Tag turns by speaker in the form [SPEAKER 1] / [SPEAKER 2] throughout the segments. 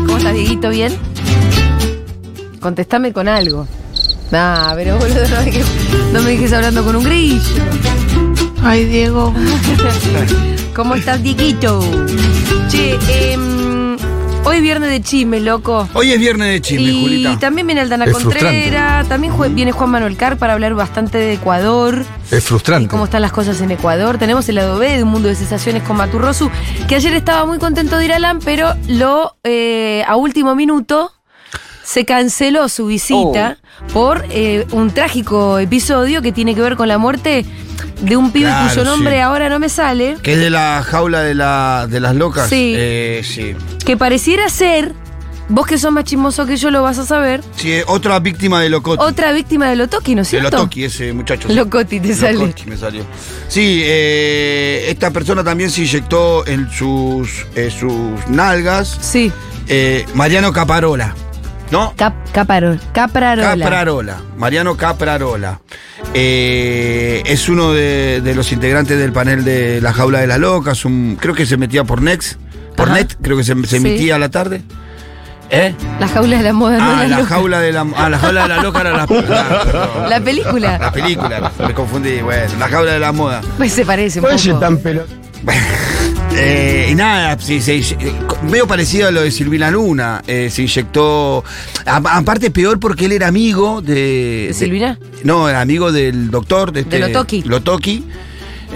[SPEAKER 1] Maxito, ¿bien? Contestame con algo. Nah, pero boludo, no me, dejes, no me dejes hablando con un grillo.
[SPEAKER 2] Ay, Diego.
[SPEAKER 1] ¿Cómo estás, Dieguito? Che, em, hoy es viernes de chisme, loco.
[SPEAKER 3] Hoy es viernes de chisme,
[SPEAKER 1] y
[SPEAKER 3] Julita.
[SPEAKER 1] también viene Aldana
[SPEAKER 3] Es
[SPEAKER 1] Contreras, también jue- viene Juan Manuel Car para hablar bastante de Ecuador.
[SPEAKER 3] Es frustrante.
[SPEAKER 1] cómo están las cosas en Ecuador. Tenemos el lado B de un mundo de sensaciones con Maturrosu, que ayer estaba muy contento de ir a LAN, pero lo eh, a último minuto se canceló su visita
[SPEAKER 3] Oh.
[SPEAKER 1] por eh, un trágico episodio que tiene que ver con la muerte de un pibe
[SPEAKER 3] Claro,
[SPEAKER 1] cuyo nombre
[SPEAKER 3] sí.
[SPEAKER 1] ahora no me sale,
[SPEAKER 3] Que es de la jaula de, la, de las locas.
[SPEAKER 1] Sí.
[SPEAKER 3] Eh, sí.
[SPEAKER 1] que pareciera ser, vos que sos más chismoso que yo lo vas a saber,
[SPEAKER 3] Sí, eh, otra víctima de Locoti.
[SPEAKER 1] otra víctima de Lotoki, ¿no es
[SPEAKER 3] de
[SPEAKER 1] Oh, cierto?
[SPEAKER 3] Lotoki, ese muchacho.
[SPEAKER 1] Locotti te sale.
[SPEAKER 3] Locotti me salió. Sí, eh, esta persona también se inyectó en sus, eh, sus nalgas.
[SPEAKER 1] Sí,
[SPEAKER 3] eh, Mariano Caparola. ¿No?
[SPEAKER 1] Cap- Caparol- Caprarola.
[SPEAKER 3] Caprarola. Mariano Caprarola. Eh, es uno de, de los integrantes del panel de La Jaula de las Locas. un- creo que se metía por Next. Por
[SPEAKER 1] Ajá.
[SPEAKER 3] Net, creo que se, se
[SPEAKER 1] Sí.
[SPEAKER 3] emitía a la tarde. ¿Eh?
[SPEAKER 1] La jaula de la moda. no
[SPEAKER 3] Ah,
[SPEAKER 1] la
[SPEAKER 3] la
[SPEAKER 1] loca.
[SPEAKER 3] jaula de la. Ah, la jaula de la loca era la. La,
[SPEAKER 1] La película.
[SPEAKER 3] la película, me confundí. Bueno, la jaula de la moda.
[SPEAKER 1] Pues se parece un poco.
[SPEAKER 3] Eh, y nada, sí, sí, sí, medio parecido a lo de Silvina Luna. eh, se inyectó. a- aparte, peor porque él era amigo de.
[SPEAKER 1] ¿De Silvina?
[SPEAKER 3] no, era amigo del doctor. De, este,
[SPEAKER 1] De Lotoki.
[SPEAKER 3] Lotoki.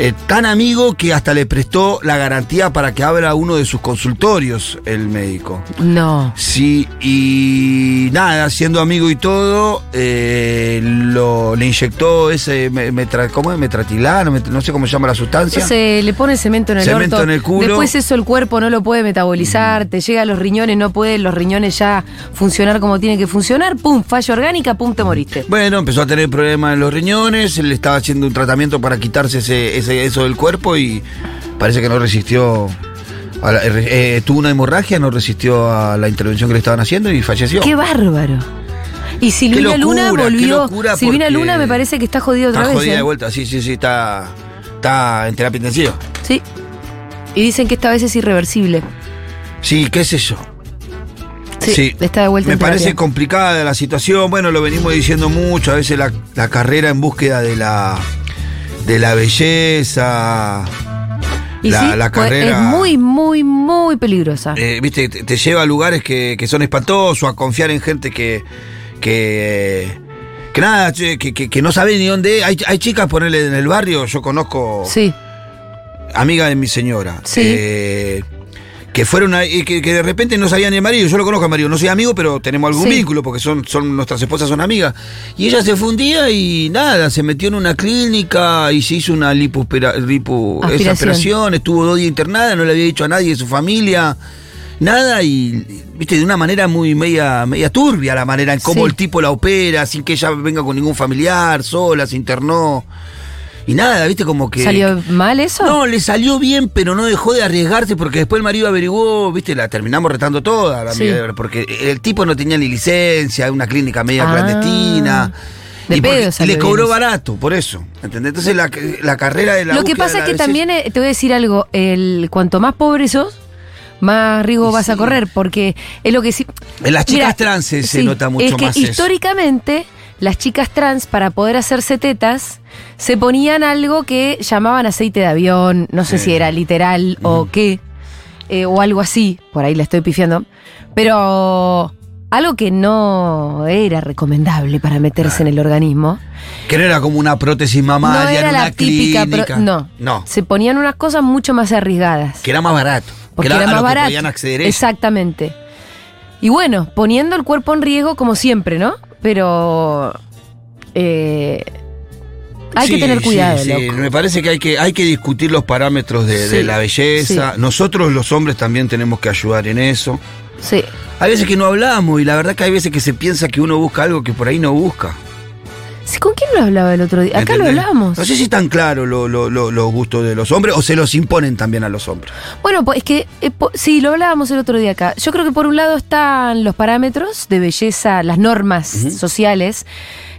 [SPEAKER 3] Eh, tan amigo que hasta le prestó la garantía para que abra uno de sus consultorios el médico.
[SPEAKER 1] No.
[SPEAKER 3] Sí, y nada, siendo amigo y todo, eh, lo, le inyectó ese, me- metra- ¿cómo es? Metratilano, met- no sé cómo se llama la sustancia.
[SPEAKER 1] Se le pone cemento en el
[SPEAKER 3] Cemento
[SPEAKER 1] orto.
[SPEAKER 3] en el culo.
[SPEAKER 1] Después eso el cuerpo no lo puede metabolizar, te llega a los riñones, no pueden los riñones ya funcionar como tienen que funcionar, pum, falla orgánica, pum, te moriste.
[SPEAKER 3] Bueno, empezó a tener problemas en los riñones, le estaba haciendo un tratamiento para quitarse ese, ese- eso del cuerpo y parece que no resistió. a la- eh, tuvo una hemorragia, no resistió a la intervención que le estaban haciendo y falleció.
[SPEAKER 1] ¡Qué bárbaro! Y Silvina
[SPEAKER 3] Qué
[SPEAKER 1] Luna
[SPEAKER 3] locura, qué
[SPEAKER 1] volvió.
[SPEAKER 3] locura,
[SPEAKER 1] Silvina
[SPEAKER 3] porque
[SPEAKER 1] Luna me parece que está jodida otra
[SPEAKER 3] Está
[SPEAKER 1] vez.
[SPEAKER 3] jodida
[SPEAKER 1] ¿eh?
[SPEAKER 3] de vuelta, sí, sí, sí, está, está en terapia intensiva.
[SPEAKER 1] Sí. Y dicen que esta vez es irreversible.
[SPEAKER 3] Sí, qué sé yo.
[SPEAKER 1] Sí, está de vuelta
[SPEAKER 3] Me
[SPEAKER 1] en terapia.
[SPEAKER 3] parece complicada la situación. Bueno, lo venimos diciendo mucho. A veces la, la carrera en búsqueda de la, de la belleza.
[SPEAKER 1] Y
[SPEAKER 3] la,
[SPEAKER 1] sí,
[SPEAKER 3] la
[SPEAKER 1] pues,
[SPEAKER 3] carrera.
[SPEAKER 1] es muy, muy, muy peligrosa.
[SPEAKER 3] eh, Viste, te, te lleva a lugares que, que son espantosos, a confiar en gente que. que que nada, che, que, que- que no sabe ni dónde es. Hay, hay chicas, ponerle en el barrio, yo conozco
[SPEAKER 1] Sí.
[SPEAKER 3] amiga de mi señora.
[SPEAKER 1] Sí.
[SPEAKER 3] eh, que fueron ahí, que, que de repente no sabían ni el marido. Yo lo conozco al marido, no soy amigo, pero tenemos algún
[SPEAKER 1] Sí.
[SPEAKER 3] vínculo porque son, son nuestras esposas son amigas. Y ella se fue un día y nada, se metió en una clínica y se hizo una lipospera- lipo,
[SPEAKER 1] Aspiración.
[SPEAKER 3] esa aspiración, estuvo dos días internada, no le había dicho a nadie de su familia. Nada, y viste, de una manera muy media, media turbia la manera en cómo
[SPEAKER 1] Sí.
[SPEAKER 3] el tipo la opera, sin que ella venga con ningún familiar, sola, se internó. Y nada, viste, como que.
[SPEAKER 1] ¿Salió mal eso?
[SPEAKER 3] No, le salió bien, pero no dejó de arriesgarse porque después el marido averiguó, viste, la terminamos retando toda, la
[SPEAKER 1] Sí.
[SPEAKER 3] amiga, porque el tipo no tenía ni licencia, una clínica media
[SPEAKER 1] Ah.
[SPEAKER 3] clandestina.
[SPEAKER 1] De
[SPEAKER 3] y, porque-
[SPEAKER 1] pedo
[SPEAKER 3] y
[SPEAKER 1] salió
[SPEAKER 3] le cobró
[SPEAKER 1] bien eso.
[SPEAKER 3] barato, por eso. ¿Entendés? Entonces la, la carrera de la
[SPEAKER 1] Lo que
[SPEAKER 3] búsqueda
[SPEAKER 1] pasa
[SPEAKER 3] de
[SPEAKER 1] es
[SPEAKER 3] la
[SPEAKER 1] que
[SPEAKER 3] belleza-
[SPEAKER 1] también eh, te voy a decir algo, el cuanto más pobre sos, más riesgo
[SPEAKER 3] Y
[SPEAKER 1] vas a
[SPEAKER 3] sí.
[SPEAKER 1] correr, porque es lo que sí.
[SPEAKER 3] En las chicas
[SPEAKER 1] Mira,
[SPEAKER 3] trans se, se
[SPEAKER 1] sí,
[SPEAKER 3] nota mucho
[SPEAKER 1] es que
[SPEAKER 3] más eso.
[SPEAKER 1] históricamente las chicas trans para poder hacerse tetas se ponían algo que llamaban aceite de avión, no sé
[SPEAKER 3] Sí.
[SPEAKER 1] si era literal o qué, eh, o algo así, por ahí la estoy pifiando, pero algo que no era recomendable para meterse en el organismo.
[SPEAKER 3] Que no era como una prótesis mamaria
[SPEAKER 1] no era
[SPEAKER 3] en una
[SPEAKER 1] la típica,
[SPEAKER 3] clínica.
[SPEAKER 1] pro- no.
[SPEAKER 3] No.
[SPEAKER 1] Se ponían unas cosas mucho más arriesgadas.
[SPEAKER 3] Que era más barato.
[SPEAKER 1] Porque
[SPEAKER 3] que
[SPEAKER 1] era
[SPEAKER 3] a
[SPEAKER 1] más
[SPEAKER 3] lo
[SPEAKER 1] barato.
[SPEAKER 3] Que podían acceder ellos.
[SPEAKER 1] Exactamente. Y bueno, poniendo el cuerpo en riesgo como siempre, ¿no? Pero eh, hay
[SPEAKER 3] Sí,
[SPEAKER 1] que tener
[SPEAKER 3] sí,
[SPEAKER 1] cuidado,
[SPEAKER 3] sí.
[SPEAKER 1] loco.
[SPEAKER 3] Me parece que hay que, hay que discutir los parámetros de, de
[SPEAKER 1] Sí,
[SPEAKER 3] la belleza. Nosotros los hombres también tenemos que ayudar en eso.
[SPEAKER 1] Sí.
[SPEAKER 3] Hay veces que no hablamos y la verdad que hay veces que se piensa que uno busca algo que por ahí no busca.
[SPEAKER 1] Sí, ¿Con quién lo hablaba el otro día? Acá
[SPEAKER 3] ¿entendés?
[SPEAKER 1] lo hablamos.
[SPEAKER 3] No sé si están claros lo- lo- lo- los gustos de los hombres o se los imponen también a los hombres.
[SPEAKER 1] Bueno, pues es que eh, po- sí, lo hablábamos el otro día acá. Yo creo que por un lado están los parámetros de belleza, las normas sociales,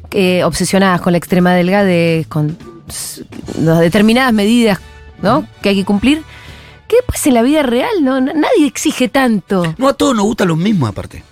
[SPEAKER 1] eh, obsesionadas con la extrema delgadez, con s- no, determinadas medidas ¿no? que hay que cumplir. Que pues en la vida real no, no- nadie exige tanto.
[SPEAKER 3] No a todos nos gustan los mismos aparte.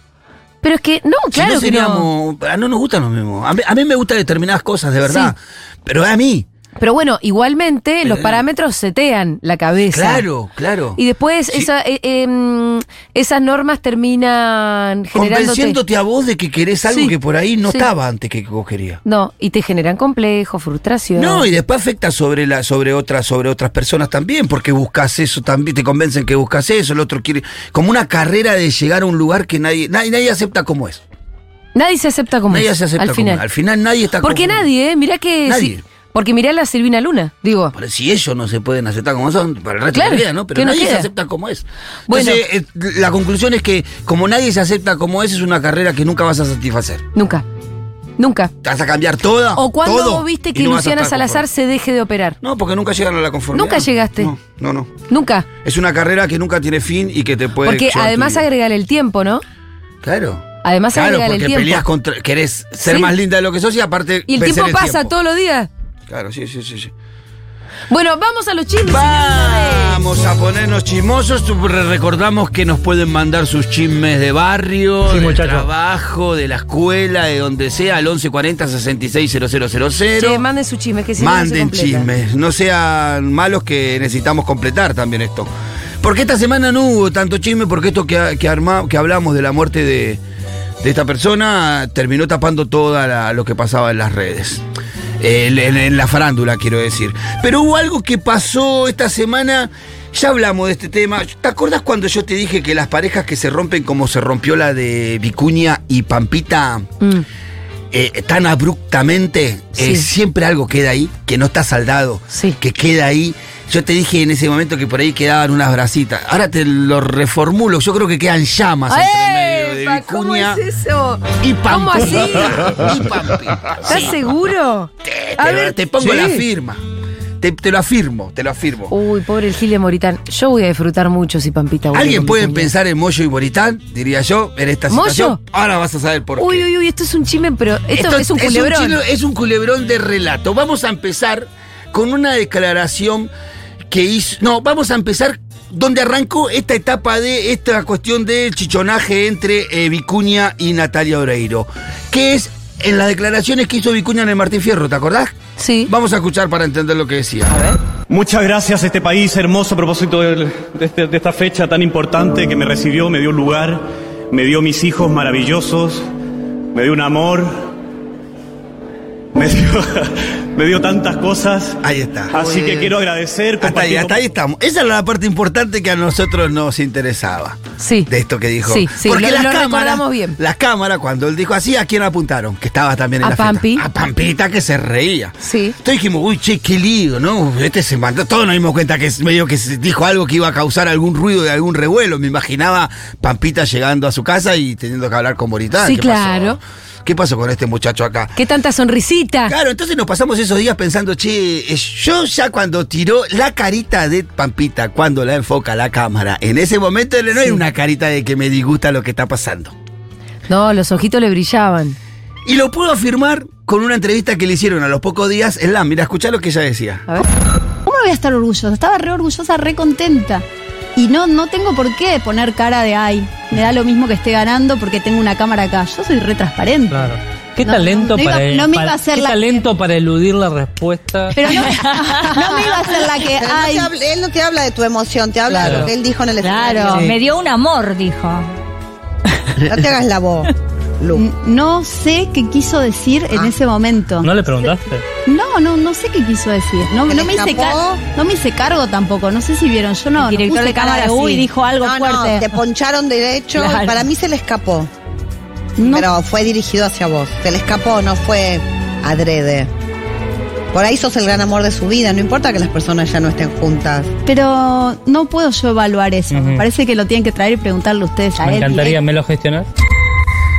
[SPEAKER 1] Pero es que, no,
[SPEAKER 3] Si
[SPEAKER 1] claro
[SPEAKER 3] no
[SPEAKER 1] que no.
[SPEAKER 3] seríamos. ah, No. nos gustan los mismos. A mí, a mí me gustan determinadas cosas, de verdad. Pero a mí.
[SPEAKER 1] Pero bueno, igualmente los
[SPEAKER 3] Pero-
[SPEAKER 1] parámetros setean la cabeza.
[SPEAKER 3] Eh. Claro, claro.
[SPEAKER 1] Y después
[SPEAKER 3] Sí.
[SPEAKER 1] esa- eh, em, esas normas terminan generando.
[SPEAKER 3] Convenciéndote a vos de que querés algo
[SPEAKER 1] Sí,
[SPEAKER 3] que por ahí no
[SPEAKER 1] sí.
[SPEAKER 3] estaba antes que vos querías.
[SPEAKER 1] No, y te generan complejo, frustración.
[SPEAKER 3] No, y después afecta sobre la, sobre otras, sobre otras personas también, porque buscas eso también, te convencen que buscas eso, el otro quiere, como una carrera de llegar a un lugar que nadie, nadie, nadie acepta como es.
[SPEAKER 1] Nadie se acepta como
[SPEAKER 3] nadie
[SPEAKER 1] es,
[SPEAKER 3] se acepta
[SPEAKER 1] al
[SPEAKER 3] como
[SPEAKER 1] final.
[SPEAKER 3] es. Al final nadie está
[SPEAKER 1] Porque
[SPEAKER 3] como-
[SPEAKER 1] nadie, ¿eh? mirá que.
[SPEAKER 3] Nadie.
[SPEAKER 1] sí, porque mirá la Silvina Luna, digo.
[SPEAKER 3] Pero si ellos no se pueden aceptar como son, para el resto
[SPEAKER 1] Claro,
[SPEAKER 3] de la vida, ¿no? Pero
[SPEAKER 1] ¿qué nos
[SPEAKER 3] nadie se
[SPEAKER 1] queda?
[SPEAKER 3] acepta como es.
[SPEAKER 1] Bueno.
[SPEAKER 3] Entonces, eh, la conclusión es que como nadie se acepta como es, es una carrera que nunca vas a satisfacer.
[SPEAKER 1] Nunca. Nunca.
[SPEAKER 3] Te vas a cambiar toda.
[SPEAKER 1] O cuando
[SPEAKER 3] Ah, todo,
[SPEAKER 1] vos viste
[SPEAKER 3] y
[SPEAKER 1] que
[SPEAKER 3] no vas a
[SPEAKER 1] Luciana
[SPEAKER 3] estar
[SPEAKER 1] Salazar
[SPEAKER 3] conforme.
[SPEAKER 1] se deje de operar.
[SPEAKER 3] No, porque nunca llegaron a la conformidad.
[SPEAKER 1] Nunca llegaste.
[SPEAKER 3] No, no, no.
[SPEAKER 1] Nunca.
[SPEAKER 3] Es una carrera que nunca tiene fin y que te puede.
[SPEAKER 1] Porque
[SPEAKER 3] llevar tu
[SPEAKER 1] además
[SPEAKER 3] vida.
[SPEAKER 1] agregar el tiempo, ¿no?
[SPEAKER 3] Claro.
[SPEAKER 1] Además
[SPEAKER 3] Claro,
[SPEAKER 1] agregar el
[SPEAKER 3] porque
[SPEAKER 1] tiempo.
[SPEAKER 3] peleas contra. Querés ser
[SPEAKER 1] Sí.
[SPEAKER 3] más linda de lo que sos y aparte.
[SPEAKER 1] Y el
[SPEAKER 3] vencer
[SPEAKER 1] tiempo pasa todos los días.
[SPEAKER 3] Claro, sí, sí, sí. sí.
[SPEAKER 1] Bueno, vamos a los chismes.
[SPEAKER 3] Vamos a ponernos chismosos. Recordamos que nos pueden mandar sus chismes de barrio,
[SPEAKER 4] Sí,
[SPEAKER 3] del
[SPEAKER 4] muchacho.
[SPEAKER 3] trabajo, de la escuela, de donde sea, al 1140-660000.
[SPEAKER 1] Che, manden su chisme, que si no, no se
[SPEAKER 3] Manden
[SPEAKER 1] completa.
[SPEAKER 3] chismes, no sean malos que necesitamos completar también esto. Porque esta semana no hubo tanto chisme, porque esto que, que, arma- que hablamos de la muerte de, de esta persona terminó tapando todo lo que pasaba en las redes. El- en, en la farándula, quiero decir. Pero hubo algo que pasó esta semana. Ya hablamos de este tema. ¿Te acordás cuando yo te dije que las parejas que se rompen como se rompió la de Vicuña y Pampita?
[SPEAKER 1] Mm.
[SPEAKER 3] eh, tan abruptamente, eh,
[SPEAKER 1] Sí.
[SPEAKER 3] siempre algo queda ahí, que no está saldado,
[SPEAKER 1] Sí.
[SPEAKER 3] que queda ahí. Yo te dije en ese momento que por ahí quedaban unas bracitas. Ahora te lo reformulo, yo creo que quedan llamas entre medio de
[SPEAKER 1] ¡Epa! ¿Cómo
[SPEAKER 3] Vicuña
[SPEAKER 1] es eso?
[SPEAKER 3] y
[SPEAKER 1] ¿Cómo
[SPEAKER 3] Pampita.
[SPEAKER 1] así?
[SPEAKER 3] Y Pampita.
[SPEAKER 1] ¿Estás
[SPEAKER 3] Sí.
[SPEAKER 1] seguro?
[SPEAKER 3] Te,
[SPEAKER 1] A
[SPEAKER 3] te-
[SPEAKER 1] ver,
[SPEAKER 3] te pongo
[SPEAKER 1] sí.
[SPEAKER 3] la firma. Te, te lo afirmo, te lo afirmo.
[SPEAKER 1] Uy, pobre el Gil de Moritán. Yo voy a disfrutar mucho si Pampita vuelve
[SPEAKER 3] Alguien
[SPEAKER 1] con
[SPEAKER 3] puede
[SPEAKER 1] Vicuña.
[SPEAKER 3] pensar en Moyo y Moritán, diría yo, en esta
[SPEAKER 1] ¿Moyo?
[SPEAKER 3] situación. Ahora vas a saber por qué.
[SPEAKER 1] Uy, uy, uy, esto es un chisme, pero esto, es un
[SPEAKER 3] Es
[SPEAKER 1] culebrón.
[SPEAKER 3] un, chilo- es un culebrón de relato. Vamos a empezar con una declaración que hizo. No, vamos a empezar donde arrancó esta etapa de esta cuestión del chichonaje entre eh, Vicuña y Natalia Oreiro. Que es en las declaraciones que hizo Vicuña en el Martín Fierro, ¿te acordás?
[SPEAKER 1] Sí.
[SPEAKER 3] Vamos a escuchar para entender lo que decía.
[SPEAKER 5] Muchas gracias a este país hermoso a propósito del- de, este- de esta fecha tan importante que me recibió, me dio un lugar, me dio mis hijos maravillosos, me dio un amor, me dio, me dio tantas cosas.
[SPEAKER 3] Ahí está.
[SPEAKER 5] Así que quiero agradecer.
[SPEAKER 3] Pues, Hasta ahí,
[SPEAKER 5] compartir
[SPEAKER 3] hasta ahí estamos. Esa era la parte importante que a nosotros nos interesaba.
[SPEAKER 1] Sí.
[SPEAKER 3] De esto que dijo.
[SPEAKER 1] Sí, sí, lo- lo recordamos bien.
[SPEAKER 3] Las cámaras, cuando él dijo así, ¿a quién apuntaron? Que estaba también en
[SPEAKER 1] A
[SPEAKER 3] la fiesta.
[SPEAKER 1] Pampi.
[SPEAKER 3] A Pampita que se reía.
[SPEAKER 1] Sí.
[SPEAKER 3] Entonces dijimos, uy, che, qué lío, ¿no? Este se mandó. Todos nos dimos cuenta que es medio que se dijo algo que iba a causar algún ruido de algún revuelo. Me imaginaba Pampita llegando a su casa y teniendo que hablar con Moritán.
[SPEAKER 1] Sí,
[SPEAKER 3] ¿Qué pasó?
[SPEAKER 1] claro.
[SPEAKER 3] ¿Qué pasó con este muchacho acá?
[SPEAKER 1] Qué tanta sonrisita.
[SPEAKER 3] Claro, entonces nos pasamos esos días pensando, che, eh, yo ya cuando tiró la carita de Pampita, cuando la enfoca la cámara, en ese momento no hay
[SPEAKER 1] Sí.
[SPEAKER 3] una carita de que me disgusta lo que está pasando.
[SPEAKER 1] No, los ojitos le brillaban.
[SPEAKER 3] Y lo puedo afirmar con una entrevista que le hicieron a los pocos días en la, mira, escuchá lo que ella decía.
[SPEAKER 1] A ver.
[SPEAKER 6] ¿Cómo no voy a estar orgullosa? Estaba re orgullosa, re contenta. Y no, no tengo por qué poner cara de ay, me da lo mismo que esté ganando porque tengo una cámara acá. Yo soy re transparente.
[SPEAKER 4] Claro. Qué
[SPEAKER 6] No,
[SPEAKER 4] talento
[SPEAKER 6] no iba-
[SPEAKER 4] para,
[SPEAKER 6] no me iba a
[SPEAKER 4] para-
[SPEAKER 6] hacer
[SPEAKER 4] qué
[SPEAKER 6] la-
[SPEAKER 4] talento para eludir la respuesta.
[SPEAKER 6] Pero no, no me iba a hacer la que
[SPEAKER 7] Pero no
[SPEAKER 6] ay.
[SPEAKER 7] te habla- él no te habla de tu emoción, te habla
[SPEAKER 4] Claro.
[SPEAKER 7] de lo que él dijo en el
[SPEAKER 6] Claro.
[SPEAKER 7] escenario.
[SPEAKER 4] Sí.
[SPEAKER 8] Me dio un amor, dijo.
[SPEAKER 7] No te hagas la voz, Lu.
[SPEAKER 6] n- No sé qué quiso decir en
[SPEAKER 7] Ah.
[SPEAKER 6] ese momento.
[SPEAKER 4] ¿No le preguntaste?
[SPEAKER 6] No, no, no sé qué quiso decir. No, no
[SPEAKER 7] ¿Se le
[SPEAKER 6] me hice
[SPEAKER 7] escapó?
[SPEAKER 6] car- no me hice cargo tampoco. No sé si vieron. Yo no.
[SPEAKER 8] El director
[SPEAKER 6] no puse
[SPEAKER 8] de cámara,
[SPEAKER 6] cara de,
[SPEAKER 8] uy,
[SPEAKER 6] sí.
[SPEAKER 8] dijo algo
[SPEAKER 7] No, no,
[SPEAKER 8] fuerte.
[SPEAKER 7] te poncharon derecho.
[SPEAKER 8] Claro.
[SPEAKER 7] Para mí se le escapó,
[SPEAKER 6] No,
[SPEAKER 7] pero fue dirigido hacia vos. Se le escapó, no fue adrede. Por ahí sos el gran amor de su vida, no importa que las personas ya no estén juntas.
[SPEAKER 6] pero no puedo yo evaluar eso.
[SPEAKER 4] Ujú.
[SPEAKER 6] Me parece que lo tienen que traer y preguntarle ustedes a él. eh.
[SPEAKER 4] Me encantaría, ¿me lo gestionás?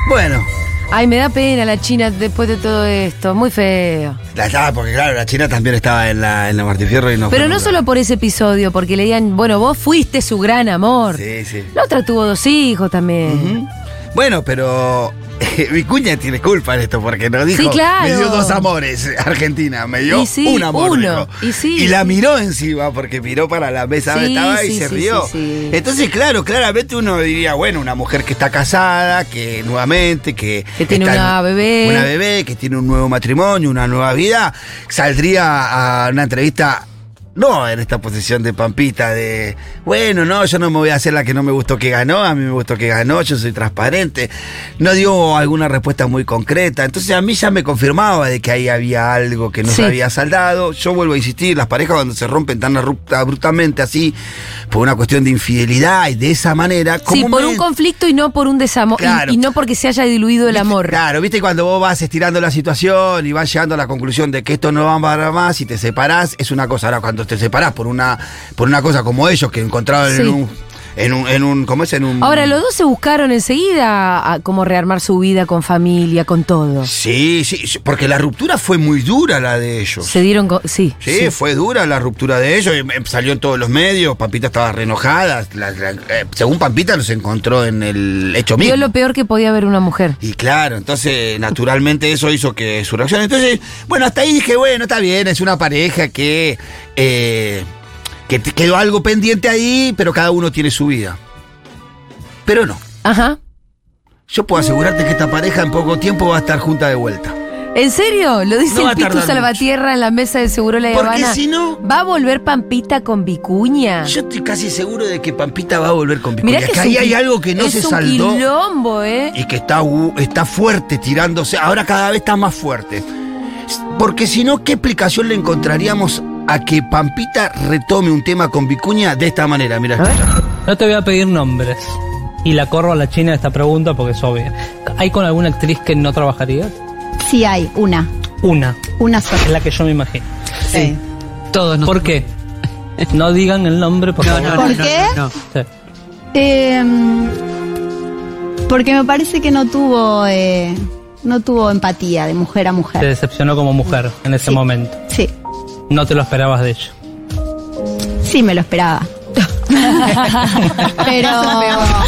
[SPEAKER 3] Bueno,
[SPEAKER 1] Ay, me da pena la China después de todo esto. Muy feo.
[SPEAKER 3] la estaba, porque claro, la China también estaba en la, en la Martín Fierro y no.
[SPEAKER 1] Pero
[SPEAKER 3] fue
[SPEAKER 1] no
[SPEAKER 3] nunca.
[SPEAKER 1] solo por ese episodio, porque le digan, bueno, vos fuiste su gran amor.
[SPEAKER 3] Sí, sí.
[SPEAKER 1] La otra tuvo dos hijos también.
[SPEAKER 3] Bueno, pero Vicuña tiene culpa en esto porque no dijo.
[SPEAKER 1] Sí, claro.
[SPEAKER 3] Me dio dos amores, Argentina. Me dio
[SPEAKER 1] Y sí,
[SPEAKER 3] un amor.
[SPEAKER 1] uno.
[SPEAKER 3] dijo.
[SPEAKER 1] Y sí,
[SPEAKER 3] la
[SPEAKER 1] sí.
[SPEAKER 3] miró encima porque miró para la mesa donde
[SPEAKER 1] Sí,
[SPEAKER 3] estaba y
[SPEAKER 1] sí,
[SPEAKER 3] se
[SPEAKER 1] sí,
[SPEAKER 3] rió.
[SPEAKER 1] sí, sí.
[SPEAKER 3] Entonces, claro, claramente uno diría, bueno, una mujer que está casada, que nuevamente, que.
[SPEAKER 1] Que tiene
[SPEAKER 3] está en-
[SPEAKER 1] una bebé.
[SPEAKER 3] Una bebé, que tiene un nuevo matrimonio, una nueva vida, saldría a una entrevista. No, en esta posición de Pampita, de bueno, no, yo no me voy a hacer la que no me gustó que ganó, a mí me gustó que ganó, yo soy transparente. No dio alguna respuesta muy concreta. Entonces a mí ya me confirmaba de que ahí había algo que no
[SPEAKER 1] Sí.
[SPEAKER 3] se había saldado. Yo vuelvo a insistir, las parejas cuando se rompen tan abrupt- abruptamente así, por una cuestión de infidelidad y de esa manera,
[SPEAKER 1] Sí, por
[SPEAKER 3] me-
[SPEAKER 1] un conflicto y no por un desamor. y-
[SPEAKER 3] Claro.
[SPEAKER 1] Y, no porque se haya diluido el
[SPEAKER 3] ¿Viste?
[SPEAKER 1] amor.
[SPEAKER 3] Claro, viste cuando vos vas estirando la situación y vas llegando a la conclusión de que esto no va para más y te separás, es una cosa. Ahora, cuando te separás por una, por una cosa como ellos que encontraron
[SPEAKER 1] Sí.
[SPEAKER 3] en un. En un, en un- ¿Cómo es? En un.
[SPEAKER 1] Ahora, los dos se buscaron enseguida a cómo rearmar su vida con familia, con todo.
[SPEAKER 3] Sí, sí, sí, porque la ruptura fue muy dura la de ellos.
[SPEAKER 1] Se dieron. co- Sí.
[SPEAKER 3] Sí, fue dura la ruptura de ellos. em- em, Salió en todos los medios. Pampita estaba re enojada. la- la- eh, según Pampita, los encontró en el hecho mismo.
[SPEAKER 1] Vio lo peor que podía ver una mujer.
[SPEAKER 3] Y claro, entonces naturalmente eso hizo que su reacción. Entonces, bueno, hasta ahí dije, bueno, está bien, es una pareja que, eh, que te quedó algo pendiente ahí, pero cada uno tiene su vida. Pero no,
[SPEAKER 1] Ajá.
[SPEAKER 3] yo puedo asegurarte que esta pareja en poco tiempo va a estar junta de vuelta.
[SPEAKER 1] ¿En serio? Lo dice
[SPEAKER 3] No va a
[SPEAKER 1] el Pitu
[SPEAKER 3] tardar
[SPEAKER 1] Salvatierra en la mesa de Seguro La
[SPEAKER 3] Porque
[SPEAKER 1] Habana.
[SPEAKER 3] si no,
[SPEAKER 1] ¿Va a volver Pampita con Vicuña?
[SPEAKER 3] yo estoy casi seguro de que Pampita va a volver con Vicuña.
[SPEAKER 1] Mirá que,
[SPEAKER 3] que
[SPEAKER 1] es
[SPEAKER 3] ahí
[SPEAKER 1] un
[SPEAKER 3] hay
[SPEAKER 1] qui-
[SPEAKER 3] algo que no
[SPEAKER 1] es
[SPEAKER 3] se
[SPEAKER 1] un
[SPEAKER 3] saldó.
[SPEAKER 1] quilombo, ¿eh?
[SPEAKER 3] y que está, u- está fuerte tirándose. Ahora cada vez está más fuerte. Porque si no, ¿qué explicación le encontraríamos a que Pampita retome un tema con Vicuña de esta manera? Mira,
[SPEAKER 4] No te voy a pedir nombres. Y la corro a la china esta pregunta porque es obvia. ¿Hay con alguna actriz que no trabajaría?
[SPEAKER 6] Sí hay, una.
[SPEAKER 4] Una,
[SPEAKER 6] Una sola.
[SPEAKER 4] es la que yo me imagino.
[SPEAKER 7] Sí.
[SPEAKER 8] Todos nos
[SPEAKER 4] ¿Por qué? No digan el nombre, por
[SPEAKER 8] No,
[SPEAKER 4] favor.
[SPEAKER 8] no, no,
[SPEAKER 6] ¿Por
[SPEAKER 8] no,
[SPEAKER 6] qué?
[SPEAKER 8] no, no.
[SPEAKER 4] Sí.
[SPEAKER 6] Em, porque me parece que no tuvo, eh, no tuvo empatía de mujer a
[SPEAKER 4] Te
[SPEAKER 6] mujer.
[SPEAKER 4] decepcionó como mujer en ese
[SPEAKER 6] Sí.
[SPEAKER 4] momento.
[SPEAKER 6] Sí,
[SPEAKER 4] No te lo esperabas de ella.
[SPEAKER 6] sí me lo esperaba. Pero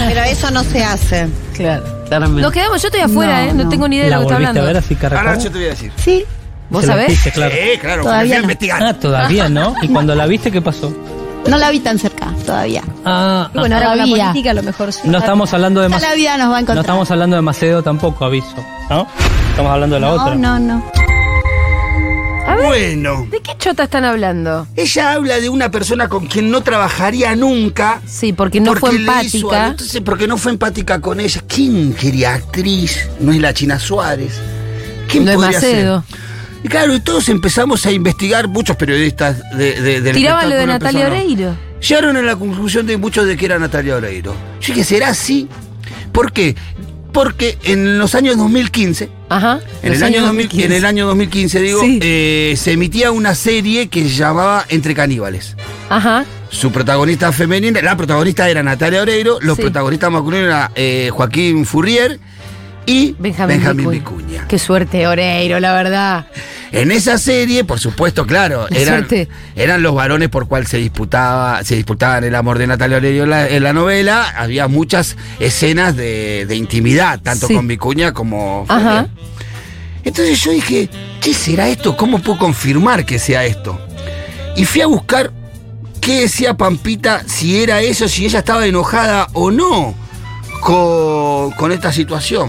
[SPEAKER 7] Pero eso no se hace.
[SPEAKER 8] Claro, claramente.
[SPEAKER 1] Nos quedamos, yo estoy afuera,
[SPEAKER 6] No,
[SPEAKER 1] ¿eh? No,
[SPEAKER 6] no.
[SPEAKER 1] tengo ni idea de
[SPEAKER 4] ¿La
[SPEAKER 1] lo que está
[SPEAKER 4] volviste a ver
[SPEAKER 1] hablando.
[SPEAKER 4] así que
[SPEAKER 3] ahora
[SPEAKER 4] recuerdo?
[SPEAKER 3] yo te voy a decir.
[SPEAKER 6] sí,
[SPEAKER 1] ¿Vos
[SPEAKER 4] Te la
[SPEAKER 1] sabés?
[SPEAKER 4] viste, claro.
[SPEAKER 3] Sí, claro,
[SPEAKER 6] Todavía
[SPEAKER 3] confía
[SPEAKER 6] no.
[SPEAKER 3] investigar.
[SPEAKER 4] Ah, todavía no. ¿Y cuando la viste, qué pasó?
[SPEAKER 6] no la vi tan cerca todavía.
[SPEAKER 4] Ah, ah,
[SPEAKER 6] bueno, ahora con la Todavía. política
[SPEAKER 1] a lo mejor sí.
[SPEAKER 4] no estamos hablando de
[SPEAKER 6] Ya
[SPEAKER 4] Macedo.
[SPEAKER 6] la vida nos va a
[SPEAKER 4] No
[SPEAKER 6] encontrar.
[SPEAKER 4] estamos hablando de Macedo tampoco, aviso. ¿No? Estamos hablando de la
[SPEAKER 6] no,
[SPEAKER 4] otra.
[SPEAKER 6] no, no.
[SPEAKER 3] Bueno,
[SPEAKER 1] ¿De qué chota están hablando?
[SPEAKER 3] ella habla de una persona con quien no trabajaría nunca.
[SPEAKER 1] Sí, porque no fue
[SPEAKER 3] porque le hizo
[SPEAKER 1] empática.
[SPEAKER 3] algo. Entonces, porque no fue empática con ella. ¿Quién quería actriz? No es la China Suárez. ¿Quién
[SPEAKER 1] No es
[SPEAKER 3] podría ser?
[SPEAKER 1] Macedo.
[SPEAKER 3] Y claro, y todos empezamos a investigar, muchos periodistas de, de, del
[SPEAKER 1] Tiraban lo de
[SPEAKER 3] espectáculo
[SPEAKER 1] Natalia
[SPEAKER 3] empezaron
[SPEAKER 1] Oreiro.
[SPEAKER 3] a- Llegaron a la conclusión de muchos de que era Natalia Oreiro. Yo dije, ¿será así? ¿Por qué? Porque en los años 2015,
[SPEAKER 1] Ajá.
[SPEAKER 3] en,
[SPEAKER 1] los
[SPEAKER 3] el, año
[SPEAKER 1] años
[SPEAKER 3] 2000 en el año 2015 digo,
[SPEAKER 1] Sí.
[SPEAKER 3] eh, se emitía una serie que se llamaba Entre Caníbales.
[SPEAKER 1] Ajá.
[SPEAKER 3] Su protagonista femenina, la protagonista era Natalia Oreiro, los
[SPEAKER 1] Sí.
[SPEAKER 3] protagonistas masculinos eran eh, Joaquín Furrier y
[SPEAKER 1] Benjamín,
[SPEAKER 3] Benjamín,
[SPEAKER 1] Vicuña.
[SPEAKER 3] Vicuña.
[SPEAKER 1] Qué suerte, Oreiro, la verdad.
[SPEAKER 3] En esa serie, por supuesto, claro,
[SPEAKER 1] La
[SPEAKER 3] eran,
[SPEAKER 1] suerte.
[SPEAKER 3] eran los varones por cual se disputaba, se disputaban el amor de Natalia Oreiro en la, en la novela. Había muchas escenas de, de intimidad, tanto
[SPEAKER 1] Sí.
[SPEAKER 3] con Vicuña como.
[SPEAKER 1] Ajá.
[SPEAKER 3] Entonces yo dije, ¿qué será esto? ¿Cómo puedo confirmar que sea esto? Y fui a buscar qué decía Pampita, si era eso, si ella estaba enojada o no con, con esta situación.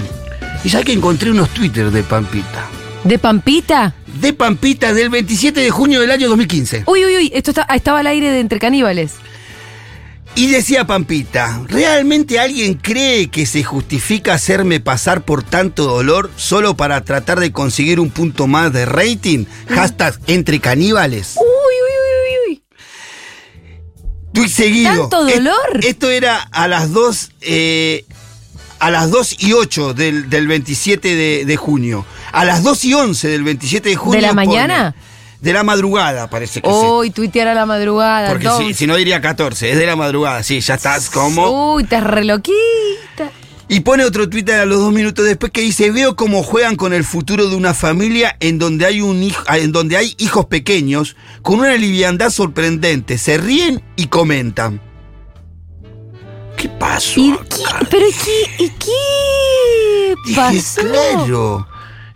[SPEAKER 3] Y ya que encontré unos Twitter de Pampita
[SPEAKER 1] ¿De Pampita?
[SPEAKER 3] de Pampita del 27 de junio del año 2015.
[SPEAKER 1] Uy, uy, uy, esto está- ah, estaba al aire de Entre Caníbales.
[SPEAKER 3] Y decía Pampita, ¿realmente alguien cree que se justifica hacerme pasar por tanto dolor solo para tratar de conseguir un punto más de rating?
[SPEAKER 1] Mm.
[SPEAKER 3] Hashtag entre caníbales.
[SPEAKER 1] Uy, uy, uy, uy, uy.
[SPEAKER 3] Tweet seguido.
[SPEAKER 1] ¿Tanto
[SPEAKER 3] Es-
[SPEAKER 1] dolor?
[SPEAKER 3] esto era a las 2, eh, a las 2 y 8 del, del 27 de, de junio. A las 2 y 11 del 27 de junio.
[SPEAKER 1] la
[SPEAKER 3] pone,
[SPEAKER 1] mañana? Oh,
[SPEAKER 3] De la madrugada, parece que sí.
[SPEAKER 1] Uy, tuitear a la madrugada.
[SPEAKER 3] Porque
[SPEAKER 1] Tom.
[SPEAKER 3] si, si no diría 14, es de la madrugada, sí, ya estás como.
[SPEAKER 1] Uy, estás re loquita.
[SPEAKER 3] Y pone otro Twitter a los dos minutos después que dice, veo cómo juegan con el futuro de una familia en donde hay un hijo, en donde hay hijos pequeños, con una liviandad sorprendente. Se ríen y comentan. ¿Qué pasó?
[SPEAKER 1] ¿Y
[SPEAKER 3] acá?
[SPEAKER 1] qué? ¿Pero y qué? ¿Y qué? ¿Qué pasó?
[SPEAKER 3] Claro.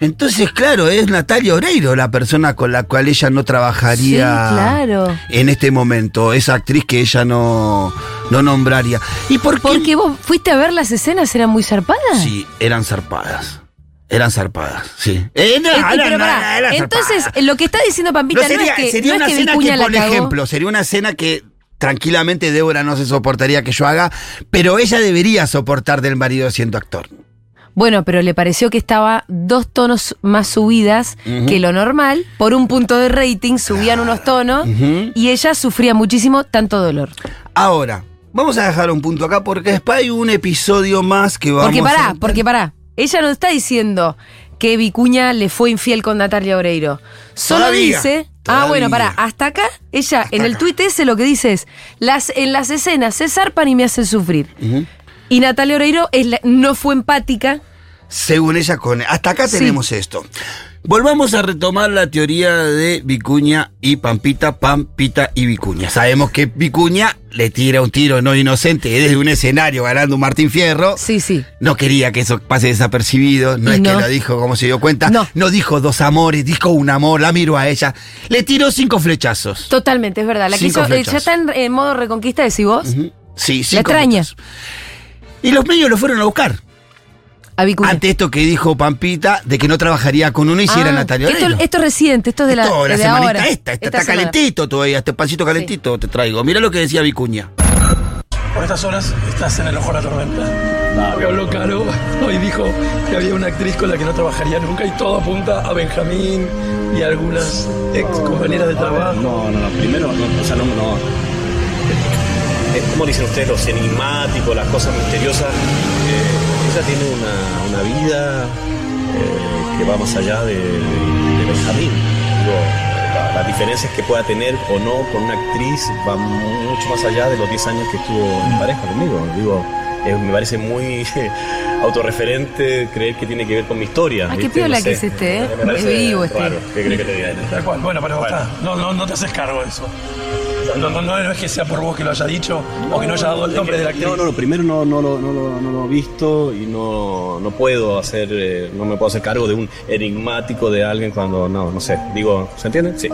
[SPEAKER 3] Entonces, claro, es Natalia Oreiro la persona con la cual ella no
[SPEAKER 1] Sí,
[SPEAKER 3] trabajaría
[SPEAKER 1] claro.
[SPEAKER 3] en este momento, esa actriz que ella no, no nombraría. ¿Y por qué?
[SPEAKER 1] Porque vos fuiste a ver las escenas, eran muy zarpadas.
[SPEAKER 3] Sí, eran zarpadas. Eran zarpadas, sí. Eh, no,
[SPEAKER 1] Eh,
[SPEAKER 3] no,
[SPEAKER 1] pero
[SPEAKER 3] no,
[SPEAKER 1] pará,
[SPEAKER 3] no, eran
[SPEAKER 1] entonces,
[SPEAKER 3] zarpadas.
[SPEAKER 1] lo que está diciendo
[SPEAKER 3] No
[SPEAKER 1] Pampita no,
[SPEAKER 3] sería,
[SPEAKER 1] es que,
[SPEAKER 3] sería
[SPEAKER 1] no es
[SPEAKER 3] una
[SPEAKER 1] que
[SPEAKER 3] escena
[SPEAKER 1] Vicuña
[SPEAKER 3] que,
[SPEAKER 1] la
[SPEAKER 3] por
[SPEAKER 1] cagó.
[SPEAKER 3] ejemplo, sería una escena que tranquilamente Débora no se soportaría que yo haga, pero ella debería soportar del marido siendo actor.
[SPEAKER 1] Bueno, pero le pareció que estaba dos tonos más subidas
[SPEAKER 3] Ujú.
[SPEAKER 1] que lo normal. Por un punto de rating subían unos tonos
[SPEAKER 3] Ujú.
[SPEAKER 1] y ella sufría muchísimo tanto dolor.
[SPEAKER 3] Ahora, vamos a dejar un punto acá porque después hay un episodio más que vamos
[SPEAKER 1] porque
[SPEAKER 3] a...
[SPEAKER 1] pará, porque pará. Ella no está diciendo que Vicuña le fue infiel con Natalia Oreiro. Solo
[SPEAKER 3] Todavía,
[SPEAKER 1] dice. Ah,
[SPEAKER 3] todavía.
[SPEAKER 1] bueno, pará. Hasta acá, ella en el tuit ese lo que dice es: las, en las escenas se zarpan y me hacen sufrir.
[SPEAKER 3] Ujú.
[SPEAKER 1] Y Natalia Oreiro es la- no fue empática.
[SPEAKER 3] Según ella, con... hasta acá
[SPEAKER 1] Sí.
[SPEAKER 3] tenemos esto. Volvamos a retomar la teoría de Vicuña y Pampita, Pampita y Vicuña. Sabemos que Vicuña le tira un tiro no inocente desde un escenario ganando un Martín Fierro.
[SPEAKER 1] Sí, sí.
[SPEAKER 3] No quería que eso pase desapercibido, no
[SPEAKER 1] Y
[SPEAKER 3] es
[SPEAKER 1] no.
[SPEAKER 3] que lo dijo como se dio cuenta,
[SPEAKER 1] No.
[SPEAKER 3] no. dijo dos amores, dijo un amor, la miro a ella. Le tiró cinco flechazos.
[SPEAKER 1] Totalmente, es verdad. La
[SPEAKER 3] Cinco
[SPEAKER 1] quiso, eh,
[SPEAKER 3] flechas.
[SPEAKER 1] ya está en, en modo reconquista, decís vos.
[SPEAKER 3] Ujú. Sí,
[SPEAKER 1] La
[SPEAKER 3] cinco
[SPEAKER 1] extraña
[SPEAKER 3] flechazos. Y los medios lo fueron a buscar.
[SPEAKER 1] a Vicuña.
[SPEAKER 3] Ante esto que dijo Pampita, de que no trabajaría con uno y si era
[SPEAKER 1] Ah,
[SPEAKER 3] Natalia
[SPEAKER 1] que esto,
[SPEAKER 3] Oreiro.
[SPEAKER 1] esto es reciente, esto es de la,
[SPEAKER 3] Esto,
[SPEAKER 1] de
[SPEAKER 3] semanita
[SPEAKER 1] ahora.
[SPEAKER 3] esta, esta, está
[SPEAKER 1] semana.
[SPEAKER 3] calentito todavía, este pancito calentito te traigo. Mira lo que decía Vicuña.
[SPEAKER 9] Por estas horas estás en el ojo de la tormenta. Ah, me habló Caro. Hoy dijo que había una actriz con la que no trabajaría nunca y todo apunta a Benjamín y a algunas ex compañeras de trabajo.
[SPEAKER 10] No, no, no. Primero, no, o sea, no, no. Eh, ¿Cómo dicen ustedes los enigmáticos, las cosas misteriosas? Eh, ella tiene una, una vida eh, que va más allá de, de, de Benjamín. Digo, la- las diferencias que pueda tener o no con una actriz va mu- mucho más allá de los 10 años que estuvo
[SPEAKER 9] Mm.
[SPEAKER 10] en pareja conmigo. Digo, eh, me parece muy autorreferente creer que tiene que ver con mi historia.
[SPEAKER 1] Ah, qué
[SPEAKER 10] ¿viste?
[SPEAKER 1] piola
[SPEAKER 10] No
[SPEAKER 1] que es
[SPEAKER 10] sé.
[SPEAKER 1] este, ¿eh?
[SPEAKER 10] Me parece
[SPEAKER 1] Es vivo este.
[SPEAKER 10] raro. ¿Qué crees que te diga?
[SPEAKER 9] Tal cual. Bueno, pero
[SPEAKER 10] Bueno.
[SPEAKER 9] está. No, no, no te haces cargo de eso. No, no, no es que sea por vos que lo haya dicho o que no haya dado el nombre de la actriz.
[SPEAKER 10] No, no, no, primero no, no, lo- no, lo- no lo he visto y no, no puedo hacer, eh, no me puedo hacer cargo de un enigmático de alguien cuando, no, no sé. Digo, ¿se entiende? Sí.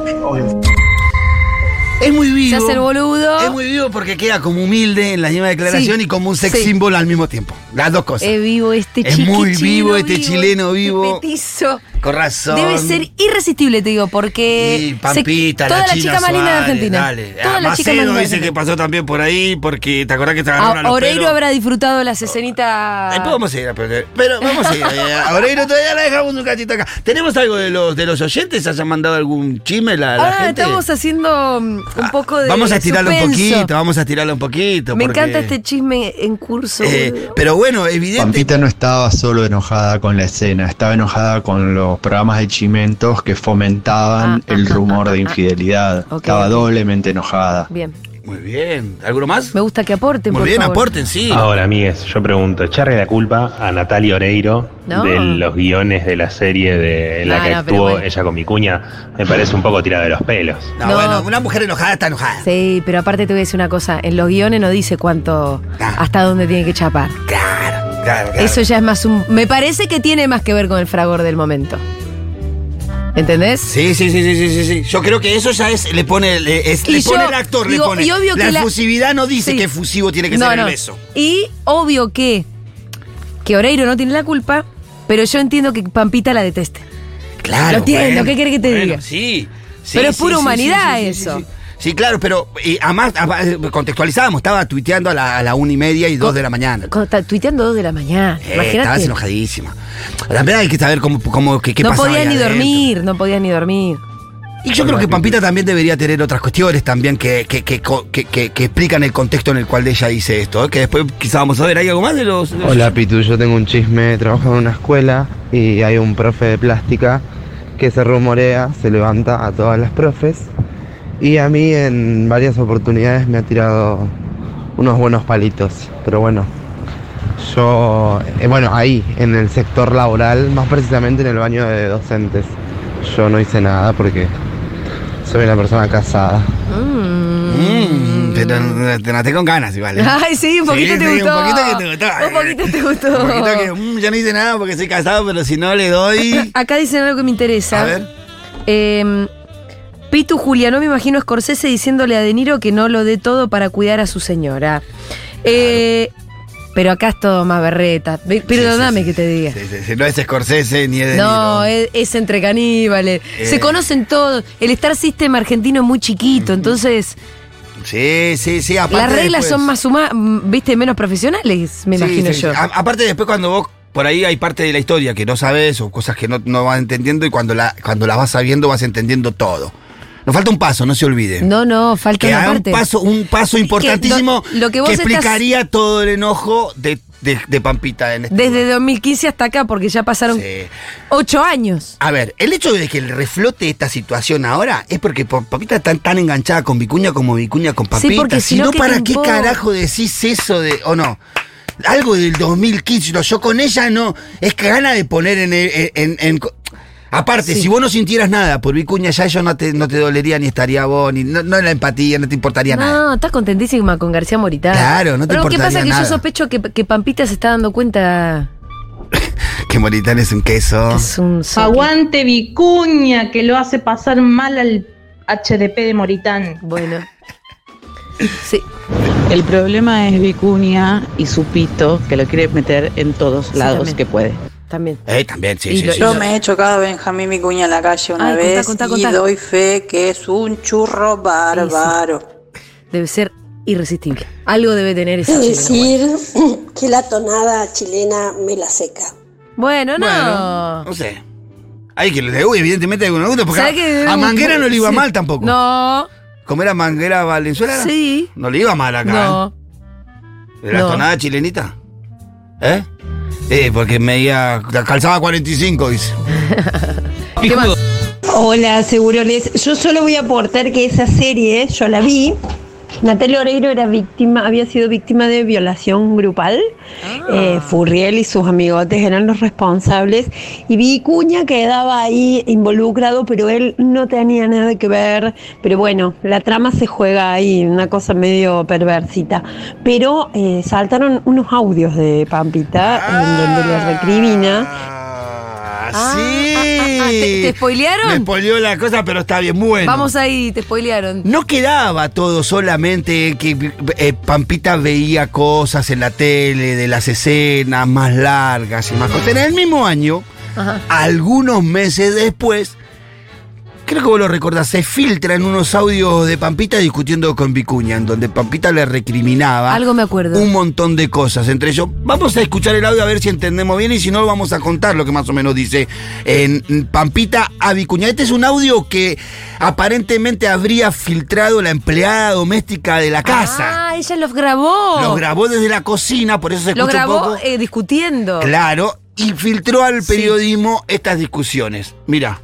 [SPEAKER 3] Es muy
[SPEAKER 1] Se
[SPEAKER 3] vivo.
[SPEAKER 1] hace el boludo.
[SPEAKER 3] Es muy vivo porque queda como humilde en la misma declaración
[SPEAKER 1] Sí,
[SPEAKER 3] y como un sex
[SPEAKER 1] sí.
[SPEAKER 3] símbolo al mismo tiempo. Las dos cosas.
[SPEAKER 1] Es vivo este
[SPEAKER 3] Es
[SPEAKER 1] chiqui
[SPEAKER 3] muy
[SPEAKER 1] chino
[SPEAKER 3] vivo este chileno vivo.
[SPEAKER 1] este petizo.
[SPEAKER 3] Con razón.
[SPEAKER 1] Debe ser irresistible, te digo, porque.
[SPEAKER 3] Sí,
[SPEAKER 1] se-
[SPEAKER 3] Pampita,
[SPEAKER 1] toda
[SPEAKER 3] la,
[SPEAKER 1] la, chica más linda de
[SPEAKER 3] Suárez,
[SPEAKER 1] Argentina.
[SPEAKER 3] Dale.
[SPEAKER 1] Toda
[SPEAKER 3] Ah,
[SPEAKER 1] la chica
[SPEAKER 3] Macedo
[SPEAKER 1] más linda de
[SPEAKER 3] dice que
[SPEAKER 1] Argentina.
[SPEAKER 3] pasó también por ahí porque te acordás que te agarraron a
[SPEAKER 1] A-
[SPEAKER 3] los
[SPEAKER 1] Oreiro
[SPEAKER 3] pelos?
[SPEAKER 1] habrá disfrutado las escenitas.
[SPEAKER 3] Después vamos a ir a perder. Pero vamos a ir. eh, A Oreiro todavía la dejamos un cachito acá. ¿Tenemos algo de los, de los oyentes? ¿Hayan mandado algún chisme la, la
[SPEAKER 1] Ah,
[SPEAKER 3] gente? Ah,
[SPEAKER 1] estamos haciendo mm, un poco de.
[SPEAKER 3] Vamos a estirarlo un
[SPEAKER 1] suspenso.
[SPEAKER 3] poquito, vamos a estirarlo un poquito.
[SPEAKER 1] Me
[SPEAKER 3] porque,
[SPEAKER 1] encanta este chisme en curso.
[SPEAKER 3] eh,
[SPEAKER 1] boludo.
[SPEAKER 3] pero bueno, evidente.
[SPEAKER 11] Pampita no estaba solo enojada con la escena, estaba enojada con los programas de chimentos que fomentaban
[SPEAKER 1] Ah,
[SPEAKER 11] el
[SPEAKER 1] ah,
[SPEAKER 11] rumor
[SPEAKER 1] ah,
[SPEAKER 11] de
[SPEAKER 1] ah,
[SPEAKER 11] infidelidad.
[SPEAKER 1] Ok,
[SPEAKER 11] estaba
[SPEAKER 1] ok.
[SPEAKER 11] doblemente enojada.
[SPEAKER 1] Bien.
[SPEAKER 3] Muy bien. ¿Alguno más?
[SPEAKER 1] Me gusta que aporten.
[SPEAKER 3] Muy
[SPEAKER 1] por
[SPEAKER 3] bien,
[SPEAKER 1] favor.
[SPEAKER 3] aporten, sí.
[SPEAKER 10] Ah,
[SPEAKER 12] Ahora, amigues, yo pregunto, echarle la culpa a Natalia Oreiro
[SPEAKER 1] No.
[SPEAKER 12] de los guiones de la serie de en la
[SPEAKER 1] Ah,
[SPEAKER 12] que
[SPEAKER 1] no, pero
[SPEAKER 12] actuó
[SPEAKER 1] bueno.
[SPEAKER 12] ella con mi cuña, me parece un poco tirada de los pelos.
[SPEAKER 3] No,
[SPEAKER 1] No.
[SPEAKER 3] bueno, una mujer enojada está enojada.
[SPEAKER 1] Sí, pero aparte te voy a decir una cosa. En los guiones no dice cuánto.
[SPEAKER 3] Ah.
[SPEAKER 1] hasta dónde tiene que chapar.
[SPEAKER 3] Claro, claro, claro.
[SPEAKER 1] Eso ya es más un. Me parece que tiene más que ver con el fragor del momento. ¿Entendés?
[SPEAKER 3] Sí, sí, sí, sí, sí, sí, sí. Yo creo que eso ya es, le pone, le, es-
[SPEAKER 1] Y
[SPEAKER 3] le pone
[SPEAKER 1] yo
[SPEAKER 3] el actor,
[SPEAKER 1] digo,
[SPEAKER 3] le pone.
[SPEAKER 1] y obvio
[SPEAKER 3] la
[SPEAKER 1] que la-
[SPEAKER 3] efusividad no dice
[SPEAKER 1] Sí.
[SPEAKER 3] que efusivo tiene que
[SPEAKER 1] No,
[SPEAKER 3] ser
[SPEAKER 1] no.
[SPEAKER 3] el beso.
[SPEAKER 1] Y obvio que. Que Oreiro no tiene la culpa, pero yo entiendo que Pampita la deteste.
[SPEAKER 3] Claro.
[SPEAKER 1] Lo entiendo, ¿qué querés que te
[SPEAKER 3] bueno,
[SPEAKER 1] diga?
[SPEAKER 3] Sí. sí,
[SPEAKER 1] Pero es
[SPEAKER 3] sí,
[SPEAKER 1] pura
[SPEAKER 3] sí,
[SPEAKER 1] humanidad
[SPEAKER 3] sí, sí, sí,
[SPEAKER 1] eso.
[SPEAKER 3] sí, sí. Sí, claro, pero eh, además, además, eh, contextualizábamos, estaba tuiteando a la, a la una y media y dos de la mañana.
[SPEAKER 1] Cuando está tuiteando dos de la mañana.
[SPEAKER 3] Eh, estabas
[SPEAKER 1] Imagínate.
[SPEAKER 3] enojadísima. La verdad hay que saber cómo, cómo qué, qué
[SPEAKER 1] No
[SPEAKER 3] pasaba
[SPEAKER 1] podías
[SPEAKER 3] ahí
[SPEAKER 1] ni
[SPEAKER 3] adentro.
[SPEAKER 1] dormir, no podías ni dormir.
[SPEAKER 3] Y yo creo que Pampita también debería tener otras cuestiones también que, que, que, co- que- que- que explican el contexto en el cual ella dice esto. ¿eh? Que después quizá vamos a ver, ¿hay algo más de los...? de los-
[SPEAKER 11] Hola Pitu, yo tengo un chisme, trabajo en una escuela y hay un profe de plástica que se rumorea, se levanta a todas las profes y a mí en varias oportunidades me ha tirado unos buenos palitos, pero bueno, yo, eh, bueno, ahí, en el sector laboral, más precisamente en el baño de docentes, yo no hice nada porque soy una persona casada.
[SPEAKER 1] Mm.
[SPEAKER 3] Mm, Te, te- te noté con ganas igual. ¿eh?
[SPEAKER 1] Ay, sí, un poquito
[SPEAKER 3] Sí,
[SPEAKER 1] te
[SPEAKER 3] sí,
[SPEAKER 1] gustó.
[SPEAKER 3] Un poquito que te gustó.
[SPEAKER 1] Un poquito te gustó.
[SPEAKER 3] Un poquito que, mm, yo no hice nada porque soy casado, pero si no le doy.
[SPEAKER 1] Acá dicen algo que me interesa.
[SPEAKER 3] A ver.
[SPEAKER 1] Eh, Pitu Juliano, me imagino a Scorsese diciéndole a De Niro que no lo dé todo para cuidar a su señora. Eh, pero acá es todo más berreta. Ve- Perdóname que te diga.
[SPEAKER 3] Si- si No es Scorsese ni es de
[SPEAKER 1] No, eh. es, es entre caníbales.
[SPEAKER 3] Eh.
[SPEAKER 1] Se conocen todos. El Star System argentino es muy chiquito, entonces
[SPEAKER 3] Niro. Sí, sí, sí. Aparte
[SPEAKER 1] las reglas
[SPEAKER 3] después-
[SPEAKER 1] son más suma, m- viste, menos profesionales, me
[SPEAKER 3] Sí,
[SPEAKER 1] imagino
[SPEAKER 3] sí,
[SPEAKER 1] yo.
[SPEAKER 3] sí. A- aparte, después cuando vos. Por ahí hay parte de la historia que no sabes o cosas que no, no vas entendiendo y cuando la, cuando la vas sabiendo vas entendiendo todo. Nos falta un paso, no se olvide.
[SPEAKER 1] No, no, falta
[SPEAKER 3] que
[SPEAKER 1] una
[SPEAKER 3] haga un
[SPEAKER 1] parte.
[SPEAKER 3] paso, un paso importantísimo que,
[SPEAKER 1] lo que vos estás-
[SPEAKER 3] explicaría todo el enojo de, de- de Pampita en este
[SPEAKER 1] Desde 2015 hasta acá, porque ya pasaron ocho años.
[SPEAKER 3] A ver, el hecho de que el reflote esta situación ahora es porque por- Pampita está tan enganchada con Vicuña como Vicuña con Pampita.
[SPEAKER 1] Sí, porque si no, ¿qué
[SPEAKER 3] ¿para
[SPEAKER 1] te
[SPEAKER 3] qué
[SPEAKER 1] importa?
[SPEAKER 3] carajo decís eso de o no? Algo del 2015, no, yo con ella no, es que gana de poner en... en- en- en- Aparte, si vos no sintieras nada por Vicuña, ya eso no te, no te dolería ni estaría vos, ni no, no la empatía, no te importaría nada.
[SPEAKER 1] No, estás contentísima con García Moritán.
[SPEAKER 3] Claro, no te
[SPEAKER 1] Pero lo que
[SPEAKER 3] importaría
[SPEAKER 1] pasa es que
[SPEAKER 3] nada.
[SPEAKER 1] yo sospecho que, que Pampita se está dando cuenta.
[SPEAKER 3] Que Moritán es un queso.
[SPEAKER 13] Aguante Vicuña, que lo hace pasar mal al HDP de Moritán.
[SPEAKER 1] Bueno.
[SPEAKER 14] El problema es Vicuña y su pito, que lo quiere meter en todos lados
[SPEAKER 13] también.
[SPEAKER 14] que puede.
[SPEAKER 1] También.
[SPEAKER 3] Eh, también, sí,
[SPEAKER 14] Y
[SPEAKER 3] sí,
[SPEAKER 14] lo-
[SPEAKER 3] sí,
[SPEAKER 15] Yo
[SPEAKER 3] sí.
[SPEAKER 15] me he chocado a Benjamín Vicuña en la calle una
[SPEAKER 1] Ay, contá,
[SPEAKER 15] vez
[SPEAKER 1] contá,
[SPEAKER 15] y
[SPEAKER 1] contá.
[SPEAKER 15] doy fe que es un churro bárbaro.
[SPEAKER 1] Debe ser irresistible. Algo debe tener esa
[SPEAKER 16] Es
[SPEAKER 1] chica,
[SPEAKER 16] decir que la tonada chilena me la seca.
[SPEAKER 1] Bueno, no.
[SPEAKER 3] Bueno, no sé. Hay que le uy, evidentemente alguno gusta, porque
[SPEAKER 1] ¿Sabés que-
[SPEAKER 3] a, a Manguera no le iba
[SPEAKER 1] Sí.
[SPEAKER 3] mal tampoco.
[SPEAKER 1] No.
[SPEAKER 3] ¿Comer a Manguera Valenzuela?
[SPEAKER 1] Sí.
[SPEAKER 3] No le iba mal acá.
[SPEAKER 1] No.
[SPEAKER 3] ¿eh? ¿De la
[SPEAKER 1] no.
[SPEAKER 3] tonada chilenita? ¿Eh? Eh, porque medía. calzaba 45, dice.
[SPEAKER 17] Hola, Seguroles. Yo solo voy a aportar que esa serie, yo la vi. Natalia Oreiro era víctima, había sido víctima de violación grupal. Eh, Furriel y sus amigotes eran los responsables. Y Vicuña quedaba ahí involucrado, pero él no tenía nada que ver. Pero bueno, la trama se juega ahí, una cosa medio perversita. Pero eh, saltaron unos audios de Pampita en donde le recrimina.
[SPEAKER 3] Ah, ¿Te,
[SPEAKER 1] spoilearon?
[SPEAKER 3] Me spoileó la cosa, pero está bien, muy bueno.
[SPEAKER 1] Vamos ahí, te spoilearon.
[SPEAKER 3] No quedaba todo solamente que eh, Pampita veía cosas en la tele de las escenas más largas y más cosas. En el mismo año, algunos meses después, creo que vos lo recordás, se filtran unos audios de Pampita discutiendo con Vicuña, en donde Pampita le recriminaba
[SPEAKER 1] Algo me acuerdo.
[SPEAKER 3] un montón de cosas. Entre ellos, vamos a escuchar el audio a ver si entendemos bien y si no, vamos a contar lo que más o menos dice en Pampita a Vicuña. Este es un audio que aparentemente habría filtrado la empleada doméstica de la casa.
[SPEAKER 1] Ah, ella los grabó.
[SPEAKER 3] Lo grabó desde la cocina, por eso se
[SPEAKER 1] Ah. Lo
[SPEAKER 3] escucha un
[SPEAKER 1] grabó
[SPEAKER 3] poco.
[SPEAKER 1] eh, discutiendo.
[SPEAKER 3] Claro, y filtró al periodismo estas discusiones. Mira.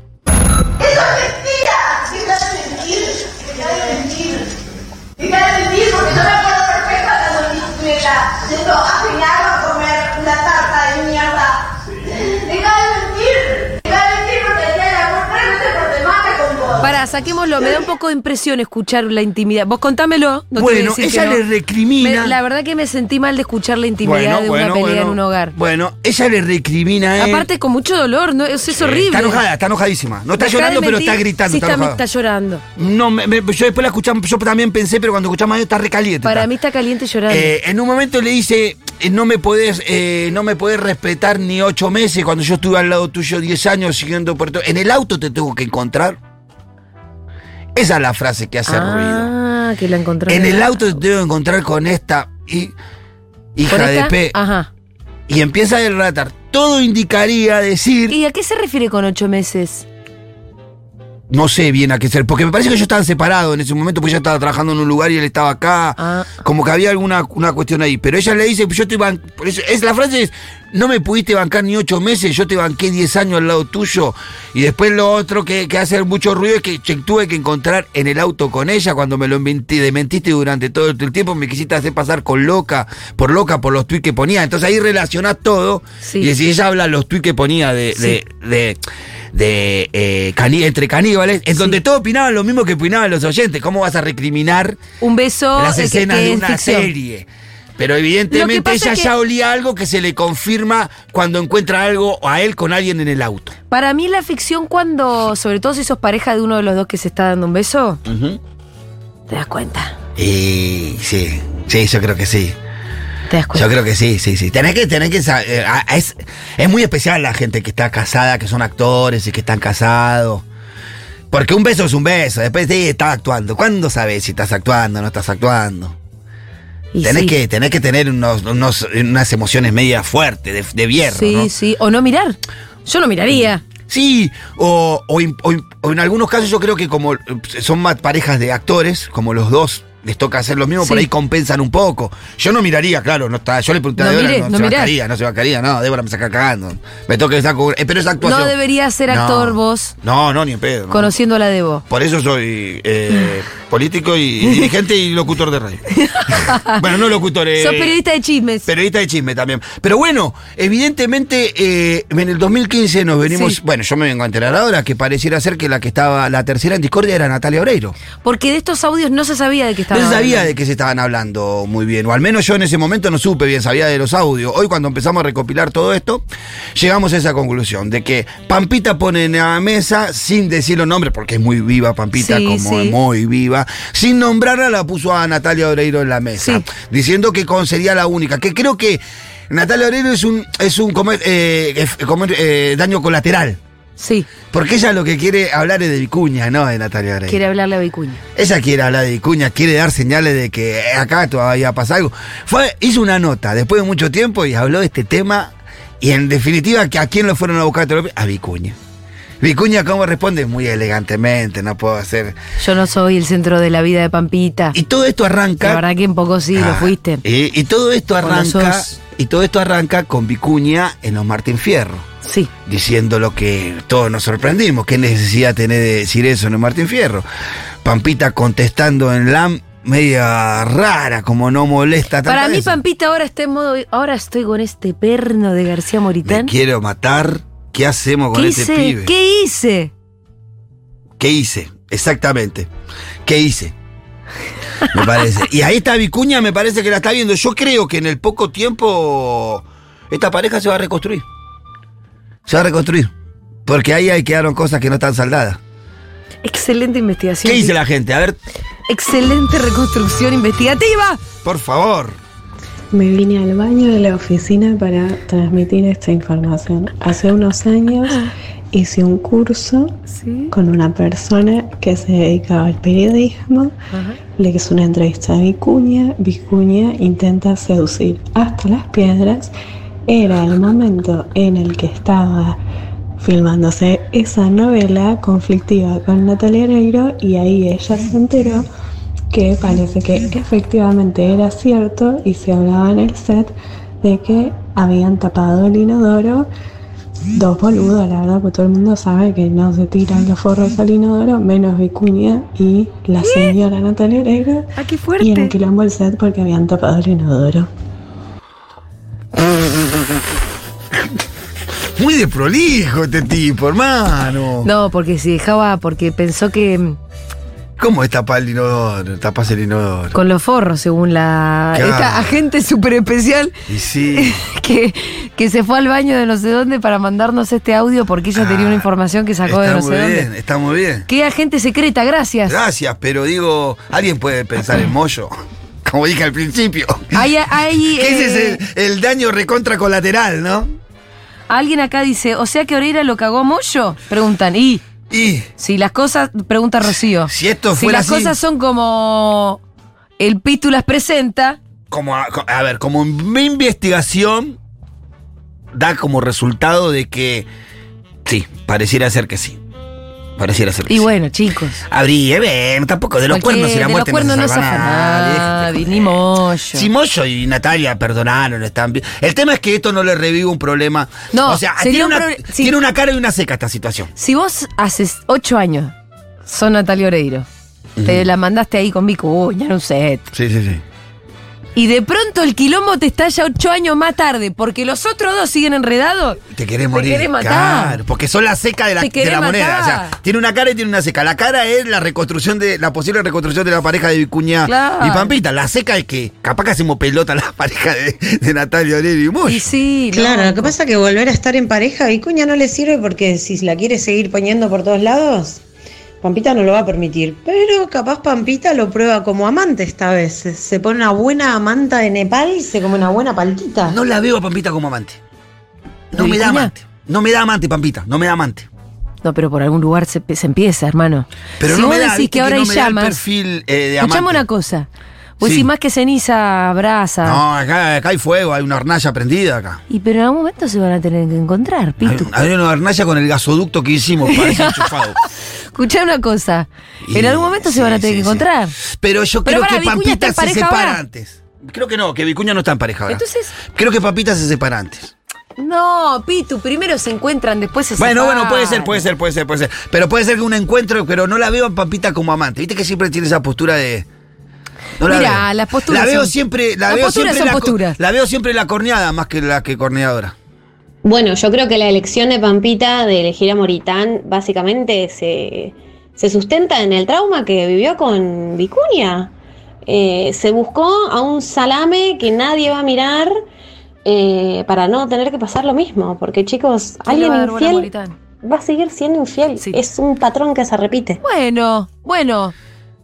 [SPEAKER 1] Para, saquémoslo. Me da un poco de impresión escuchar la intimidad. Vos contámelo. No te voy a
[SPEAKER 3] bueno,
[SPEAKER 1] decir
[SPEAKER 3] ella
[SPEAKER 1] que no.
[SPEAKER 3] le recrimina.
[SPEAKER 1] Me- la verdad que me sentí mal de escuchar la intimidad
[SPEAKER 3] Bueno,
[SPEAKER 1] de
[SPEAKER 3] bueno,
[SPEAKER 1] una pelea
[SPEAKER 3] bueno.
[SPEAKER 1] en un hogar.
[SPEAKER 3] Bueno, ella le recrimina a él.
[SPEAKER 1] Aparte con mucho dolor, ¿no? es, es horrible.
[SPEAKER 3] Está enojada, está enojadísima. No
[SPEAKER 1] Dejá
[SPEAKER 3] está
[SPEAKER 1] de
[SPEAKER 3] llorando, pero
[SPEAKER 1] mentir.
[SPEAKER 3] está gritando.
[SPEAKER 1] Sí,
[SPEAKER 3] está
[SPEAKER 1] está,
[SPEAKER 3] enojada.
[SPEAKER 1] está llorando.
[SPEAKER 3] No, me- me- yo después la escuchamos, yo también pensé, pero cuando escuchamos a ella está recaliente.
[SPEAKER 1] Para
[SPEAKER 3] está.
[SPEAKER 1] mí está caliente llorando.
[SPEAKER 3] Eh, en un momento le dice, eh, no me podés, eh, no me podés respetar ni ocho meses cuando yo estuve al lado tuyo 10 años siguiendo por todo. En el auto te tengo que encontrar. Esa es la frase que hace ruido.
[SPEAKER 1] ah, que la encontró.
[SPEAKER 3] En el auto te tengo que encontrar con esta hi- hija
[SPEAKER 1] ¿Con
[SPEAKER 3] de
[SPEAKER 1] esta? Ah.
[SPEAKER 3] P.
[SPEAKER 1] Ajá.
[SPEAKER 3] Y empieza a relatar. Todo indicaría decir.
[SPEAKER 1] ¿Y a qué se refiere con ocho meses?
[SPEAKER 3] No sé bien a qué ser, porque me parece que ellos estaban separados en ese momento, pues ella estaba trabajando en un lugar y él estaba acá. Como que había alguna una cuestión ahí. Pero ella le dice, pues yo estoy ban- por eso- es La frase es, No me pudiste bancar ni ocho meses, yo te banqué 10 años al lado tuyo. Y después lo otro que, que hace mucho ruido es que che- tuve que encontrar en el auto con ella cuando me lo inventí, dementiste durante todo el tiempo, me quisiste hacer pasar con loca, por loca, por los tuits que ponía. Entonces ahí relacionás todo.
[SPEAKER 1] Sí.
[SPEAKER 3] Y decís, ella habla los tuits que ponía de, de- de- de, eh, cani- entre caníbales, en donde todos opinaban lo mismo que opinaban los oyentes. ¿Cómo vas a recriminar
[SPEAKER 1] Un beso
[SPEAKER 3] las
[SPEAKER 1] eh, que-
[SPEAKER 3] escenas
[SPEAKER 1] que
[SPEAKER 3] de
[SPEAKER 1] es
[SPEAKER 3] una
[SPEAKER 1] ficción.
[SPEAKER 3] serie. Pero
[SPEAKER 1] Lo que
[SPEAKER 3] evidentemente
[SPEAKER 1] pasa
[SPEAKER 3] ella
[SPEAKER 1] es que-
[SPEAKER 3] ya olía algo que se le confirma cuando encuentra algo a él con alguien en el auto.
[SPEAKER 1] Para mí la ficción cuando, sobre todo si sos pareja de uno de los dos que se está dando un beso, te das cuenta.
[SPEAKER 3] Y sí, sí, yo creo que sí.
[SPEAKER 1] Te das
[SPEAKER 3] Yo creo que sí, sí, sí. Tenés que, tenés que saber. Es, es muy especial la gente que está casada, que son actores y que están casados. Porque un beso es un beso. Después sí, estás actuando. ¿Cuándo sabes si estás actuando o no estás actuando?
[SPEAKER 1] Y
[SPEAKER 3] Tenés,
[SPEAKER 1] sí.
[SPEAKER 3] que, tenés que tener unos- unos- unas emociones media fuertes, de, de hierro,
[SPEAKER 1] Sí,
[SPEAKER 3] ¿no?
[SPEAKER 1] sí. O no mirar. Yo no miraría.
[SPEAKER 3] Sí, o, o in- o in- o en algunos casos yo creo que como eh, son más parejas de actores, como los dos les toca hacer lo mismo, por
[SPEAKER 1] Sí.
[SPEAKER 3] ahí compensan un poco. Yo no miraría, claro, no está. Yo le pregunté a
[SPEAKER 1] No
[SPEAKER 3] Débora,
[SPEAKER 1] miré,
[SPEAKER 3] no,
[SPEAKER 1] no
[SPEAKER 3] se
[SPEAKER 1] mirás.
[SPEAKER 3] bancaría, no se bancaría, no, Débora me saca cagando. Me toca esa cu- eh, pero es actuación.
[SPEAKER 1] No deberías ser
[SPEAKER 3] No.
[SPEAKER 1] actor vos,
[SPEAKER 3] No, no, ni en pedo. no.
[SPEAKER 1] conociendo a la Debo.
[SPEAKER 3] Por eso soy eh, político y, y dirigente y locutor de radio. bueno, no locutor, eh,
[SPEAKER 1] Sos periodista de chismes.
[SPEAKER 3] Periodista de chisme también. Pero bueno, evidentemente eh, en el 2015 nos venimos.
[SPEAKER 1] Sí.
[SPEAKER 3] Bueno, yo me vengo a enterar ahora que pareciera ser que la que estaba la tercera en discordia era Natalia Oreiro.
[SPEAKER 1] Porque de estos audios no se sabía de qué
[SPEAKER 3] No
[SPEAKER 1] estaba.
[SPEAKER 3] se sabía de qué se estaban hablando muy bien, o al menos yo en ese momento no supe bien, sabía de los audios. Hoy cuando empezamos a recopilar todo esto, llegamos a esa conclusión de que Pampita pone en la mesa, sin decir los nombres, porque es muy viva Pampita,
[SPEAKER 18] Sí,
[SPEAKER 3] como
[SPEAKER 18] sí.
[SPEAKER 3] es muy viva, sin nombrarla la puso a Natalia Oreiro en la mesa, diciendo que con- sería la única, que creo que Natalia Oreiro es un, es un como- eh, es- como, eh, daño colateral.
[SPEAKER 1] Sí.
[SPEAKER 3] Porque ella lo que quiere hablar es de Vicuña, no de Natalia Oreiro.
[SPEAKER 1] Quiere hablarle a Vicuña.
[SPEAKER 3] Ella quiere hablar de Vicuña, quiere dar señales de que eh, acá todavía pasa algo. Fue, hizo una nota después de mucho tiempo y habló de este tema. Y en definitiva, que ¿a quién lo fueron a buscar? A Vicuña. Vicuña, ¿cómo responde? Muy elegantemente, no puedo hacer.
[SPEAKER 1] Yo no soy el centro de la vida de Pampita.
[SPEAKER 3] Y todo esto arranca.
[SPEAKER 1] La verdad que un poco sí, lo
[SPEAKER 3] Ah,
[SPEAKER 1] fuiste.
[SPEAKER 3] Y, y todo esto
[SPEAKER 1] O lo
[SPEAKER 3] arranca.
[SPEAKER 1] sos.
[SPEAKER 3] Y todo esto arranca con Vicuña en los Martín Fierro.
[SPEAKER 1] Sí.
[SPEAKER 3] Diciendo lo que todos nos sorprendimos. ¿Qué necesidad tenés de decir eso en los Martín Fierro? Pampita contestando en LAM media rara, como no molesta tanto.
[SPEAKER 1] Para mí, Pampita ahora está en modo. Ahora estoy con este perno de García
[SPEAKER 3] Me
[SPEAKER 1] Moritán.
[SPEAKER 3] quiero matar. ¿Qué hacemos con
[SPEAKER 1] ¿Qué
[SPEAKER 3] este
[SPEAKER 1] hice?
[SPEAKER 3] pibe?
[SPEAKER 1] ¿Qué hice?
[SPEAKER 3] ¿Qué hice? Exactamente. ¿Qué hice? Me parece. Y ahí está Vicuña, me parece que la está viendo. Yo creo que en el poco tiempo esta pareja se va a reconstruir. Se va a reconstruir. Porque ahí, ahí quedaron cosas que no están saldadas.
[SPEAKER 1] Excelente investigación.
[SPEAKER 3] ¿Qué dice la gente? A ver,
[SPEAKER 1] Excelente reconstrucción investigativa.
[SPEAKER 3] por favor.
[SPEAKER 19] Me vine al baño de la oficina para transmitir esta información. Hace unos años hice un curso con una persona que se dedicaba al periodismo. Le hice una entrevista a Vicuña. Vicuña intenta seducir hasta las piedras. Era el momento en el que estaba filmándose esa novela conflictiva con Natalia Oreiro y ahí ella se enteró que parece que efectivamente era cierto y se hablaba en el set de que habían tapado el inodoro dos boludos, la verdad, porque todo el mundo sabe que no se tiran los forros al inodoro, menos Vicuña y la señora Natalia Oreiro.
[SPEAKER 1] ¡Ah, qué fuerte!
[SPEAKER 19] Y en el quilombo el set porque habían tapado el inodoro.
[SPEAKER 3] Muy de prolijo este tipo, hermano.
[SPEAKER 1] No, porque se dejaba, porque pensó que mm,
[SPEAKER 3] ¿Cómo es tapar el inodoro? Tapas el inodoro.
[SPEAKER 1] con los forros, según la.
[SPEAKER 3] Claro.
[SPEAKER 1] Esta agente súper especial
[SPEAKER 3] Y sí.
[SPEAKER 1] que, que se fue al baño de no sé dónde para mandarnos este audio porque ella tenía una información que sacó de
[SPEAKER 3] Ah,
[SPEAKER 1] no
[SPEAKER 3] Está
[SPEAKER 1] sé
[SPEAKER 3] muy bien, Ah.
[SPEAKER 1] dónde.
[SPEAKER 3] está muy bien.
[SPEAKER 1] ¡Qué agente secreta! Gracias.
[SPEAKER 3] Gracias, pero digo, alguien puede pensar en Moyo. Como dije al principio.
[SPEAKER 1] Hay, hay,
[SPEAKER 3] Que Ese
[SPEAKER 1] eh,
[SPEAKER 3] es el, el daño recontra colateral, ¿no?
[SPEAKER 1] Alguien acá dice, o sea que Oreira lo cagó a Moyo. Preguntan, ¿y?
[SPEAKER 3] ¿Y?
[SPEAKER 1] Si las cosas, pregunta Rocío.
[SPEAKER 3] Si esto
[SPEAKER 1] Si
[SPEAKER 3] fuera
[SPEAKER 1] las
[SPEAKER 3] así-
[SPEAKER 1] cosas son como el Pitu las presenta,
[SPEAKER 3] Como a, co- a ver, como mi investigación da como resultado de que sí, pareciera ser que sí. Pareciera ser. que
[SPEAKER 1] Y
[SPEAKER 3] sí.
[SPEAKER 1] bueno, chicos.
[SPEAKER 3] Abrí, eh, ven, tampoco de los
[SPEAKER 1] Cualquier-
[SPEAKER 3] cuernos y la
[SPEAKER 1] de
[SPEAKER 3] muerte
[SPEAKER 1] los cuernos
[SPEAKER 3] no
[SPEAKER 1] no
[SPEAKER 3] se
[SPEAKER 1] se
[SPEAKER 3] salva
[SPEAKER 1] hace
[SPEAKER 3] nadie.
[SPEAKER 1] nadie, ni mollo.
[SPEAKER 3] Si Moyo y Natalia perdonaron, están bien. El tema es que esto no le revive un problema.
[SPEAKER 1] No,
[SPEAKER 3] o sea,
[SPEAKER 1] sería
[SPEAKER 3] tiene,
[SPEAKER 1] un
[SPEAKER 3] una,
[SPEAKER 1] proble- sí.
[SPEAKER 3] tiene una cara y una seca esta situación.
[SPEAKER 1] Si vos hace ocho años son Natalia Oreiro, te la mandaste ahí con Vico, uy, ya no sé.
[SPEAKER 3] Sí, sí, sí.
[SPEAKER 1] Y de pronto el quilombo te estalla ocho años más tarde, porque los otros dos siguen enredados.
[SPEAKER 3] Te querés morir.
[SPEAKER 1] querés matar.
[SPEAKER 3] Claro, porque son la seca de la,
[SPEAKER 1] Te
[SPEAKER 3] de la
[SPEAKER 1] querés
[SPEAKER 3] moneda. O sea,
[SPEAKER 1] matar.
[SPEAKER 3] tiene una cara y tiene una seca. La cara es la reconstrucción de, la posible reconstrucción de la pareja de Vicuña
[SPEAKER 1] Claro.
[SPEAKER 3] y Pampita. La seca es que capaz que hacemos pelota a la pareja de, de Natalia Oreiro y Moyo.
[SPEAKER 1] sí,
[SPEAKER 20] Claro, lo que pasa es que volver a estar en pareja a Vicuña no le sirve porque si la quiere seguir poniendo por todos lados, Pampita no lo va a permitir. Pero capaz Pampita lo prueba como amante esta vez. Se- Se pone una buena amanta de Nepal y se come una buena paltita.
[SPEAKER 3] No la veo a Pampita como amante. No
[SPEAKER 1] ¿De
[SPEAKER 3] me da
[SPEAKER 1] Vicuña?
[SPEAKER 3] amante. No me da amante, Pampita. No me da amante.
[SPEAKER 1] No, pero por algún lugar se, se empieza, hermano.
[SPEAKER 3] Pero
[SPEAKER 1] si
[SPEAKER 3] no
[SPEAKER 1] vos
[SPEAKER 3] me da,
[SPEAKER 1] decís
[SPEAKER 3] viste,
[SPEAKER 1] que ahora
[SPEAKER 3] no
[SPEAKER 1] hay
[SPEAKER 3] me da el
[SPEAKER 1] llamas.
[SPEAKER 3] perfil eh, de
[SPEAKER 1] Escuchame
[SPEAKER 3] amante.
[SPEAKER 1] una cosa. Vos
[SPEAKER 3] Sí.
[SPEAKER 1] decís más que ceniza, brasa.
[SPEAKER 3] No, acá, acá hay fuego, hay una hornalla prendida acá.
[SPEAKER 1] Y pero en algún momento se van a tener que encontrar, Pitu.
[SPEAKER 3] Hay una hornalla con el gasoducto que hicimos, parece enchufado.
[SPEAKER 1] Escuchá una cosa.
[SPEAKER 3] Y-
[SPEAKER 1] en algún momento se van a tener que encontrar.
[SPEAKER 3] Pero yo
[SPEAKER 1] Pero
[SPEAKER 3] creo
[SPEAKER 1] pará,
[SPEAKER 3] que
[SPEAKER 1] Vicuña está
[SPEAKER 3] Pampita
[SPEAKER 1] en
[SPEAKER 3] se
[SPEAKER 1] pareja
[SPEAKER 3] separa
[SPEAKER 1] ahora.
[SPEAKER 3] antes. Creo que no, que Vicuña no está en pareja ahora.
[SPEAKER 1] Entonces-
[SPEAKER 3] Creo que Pampita se separa antes.
[SPEAKER 1] No, Pitu, primero se encuentran, después se
[SPEAKER 3] Bueno,
[SPEAKER 1] separan.
[SPEAKER 3] bueno, puede ser, puede ser, puede ser, puede ser. Pero puede ser que un encuentro, pero no la veo a Pampita como amante. Viste que siempre tiene esa postura de. No la
[SPEAKER 1] Mirá,
[SPEAKER 3] veo.
[SPEAKER 1] las posturas
[SPEAKER 3] La veo
[SPEAKER 1] son-
[SPEAKER 3] siempre. La
[SPEAKER 1] las
[SPEAKER 3] veo
[SPEAKER 1] posturas
[SPEAKER 3] siempre
[SPEAKER 1] son
[SPEAKER 3] la co-
[SPEAKER 1] posturas.
[SPEAKER 3] La veo siempre la corneada más que la que corneadora.
[SPEAKER 19] Bueno, yo creo que la elección de Pampita de elegir a Moritán básicamente se, se sustenta en el trauma que vivió con Vicuña. Eh, se buscó a un salame que nadie va a mirar eh, para no tener que pasar lo mismo, porque chicos,
[SPEAKER 1] ¿Quién le
[SPEAKER 19] alguien
[SPEAKER 1] va a dar bola a
[SPEAKER 19] infiel
[SPEAKER 1] Moritán?
[SPEAKER 19] va a seguir siendo infiel. Es un patrón que se repite.
[SPEAKER 1] Bueno, bueno.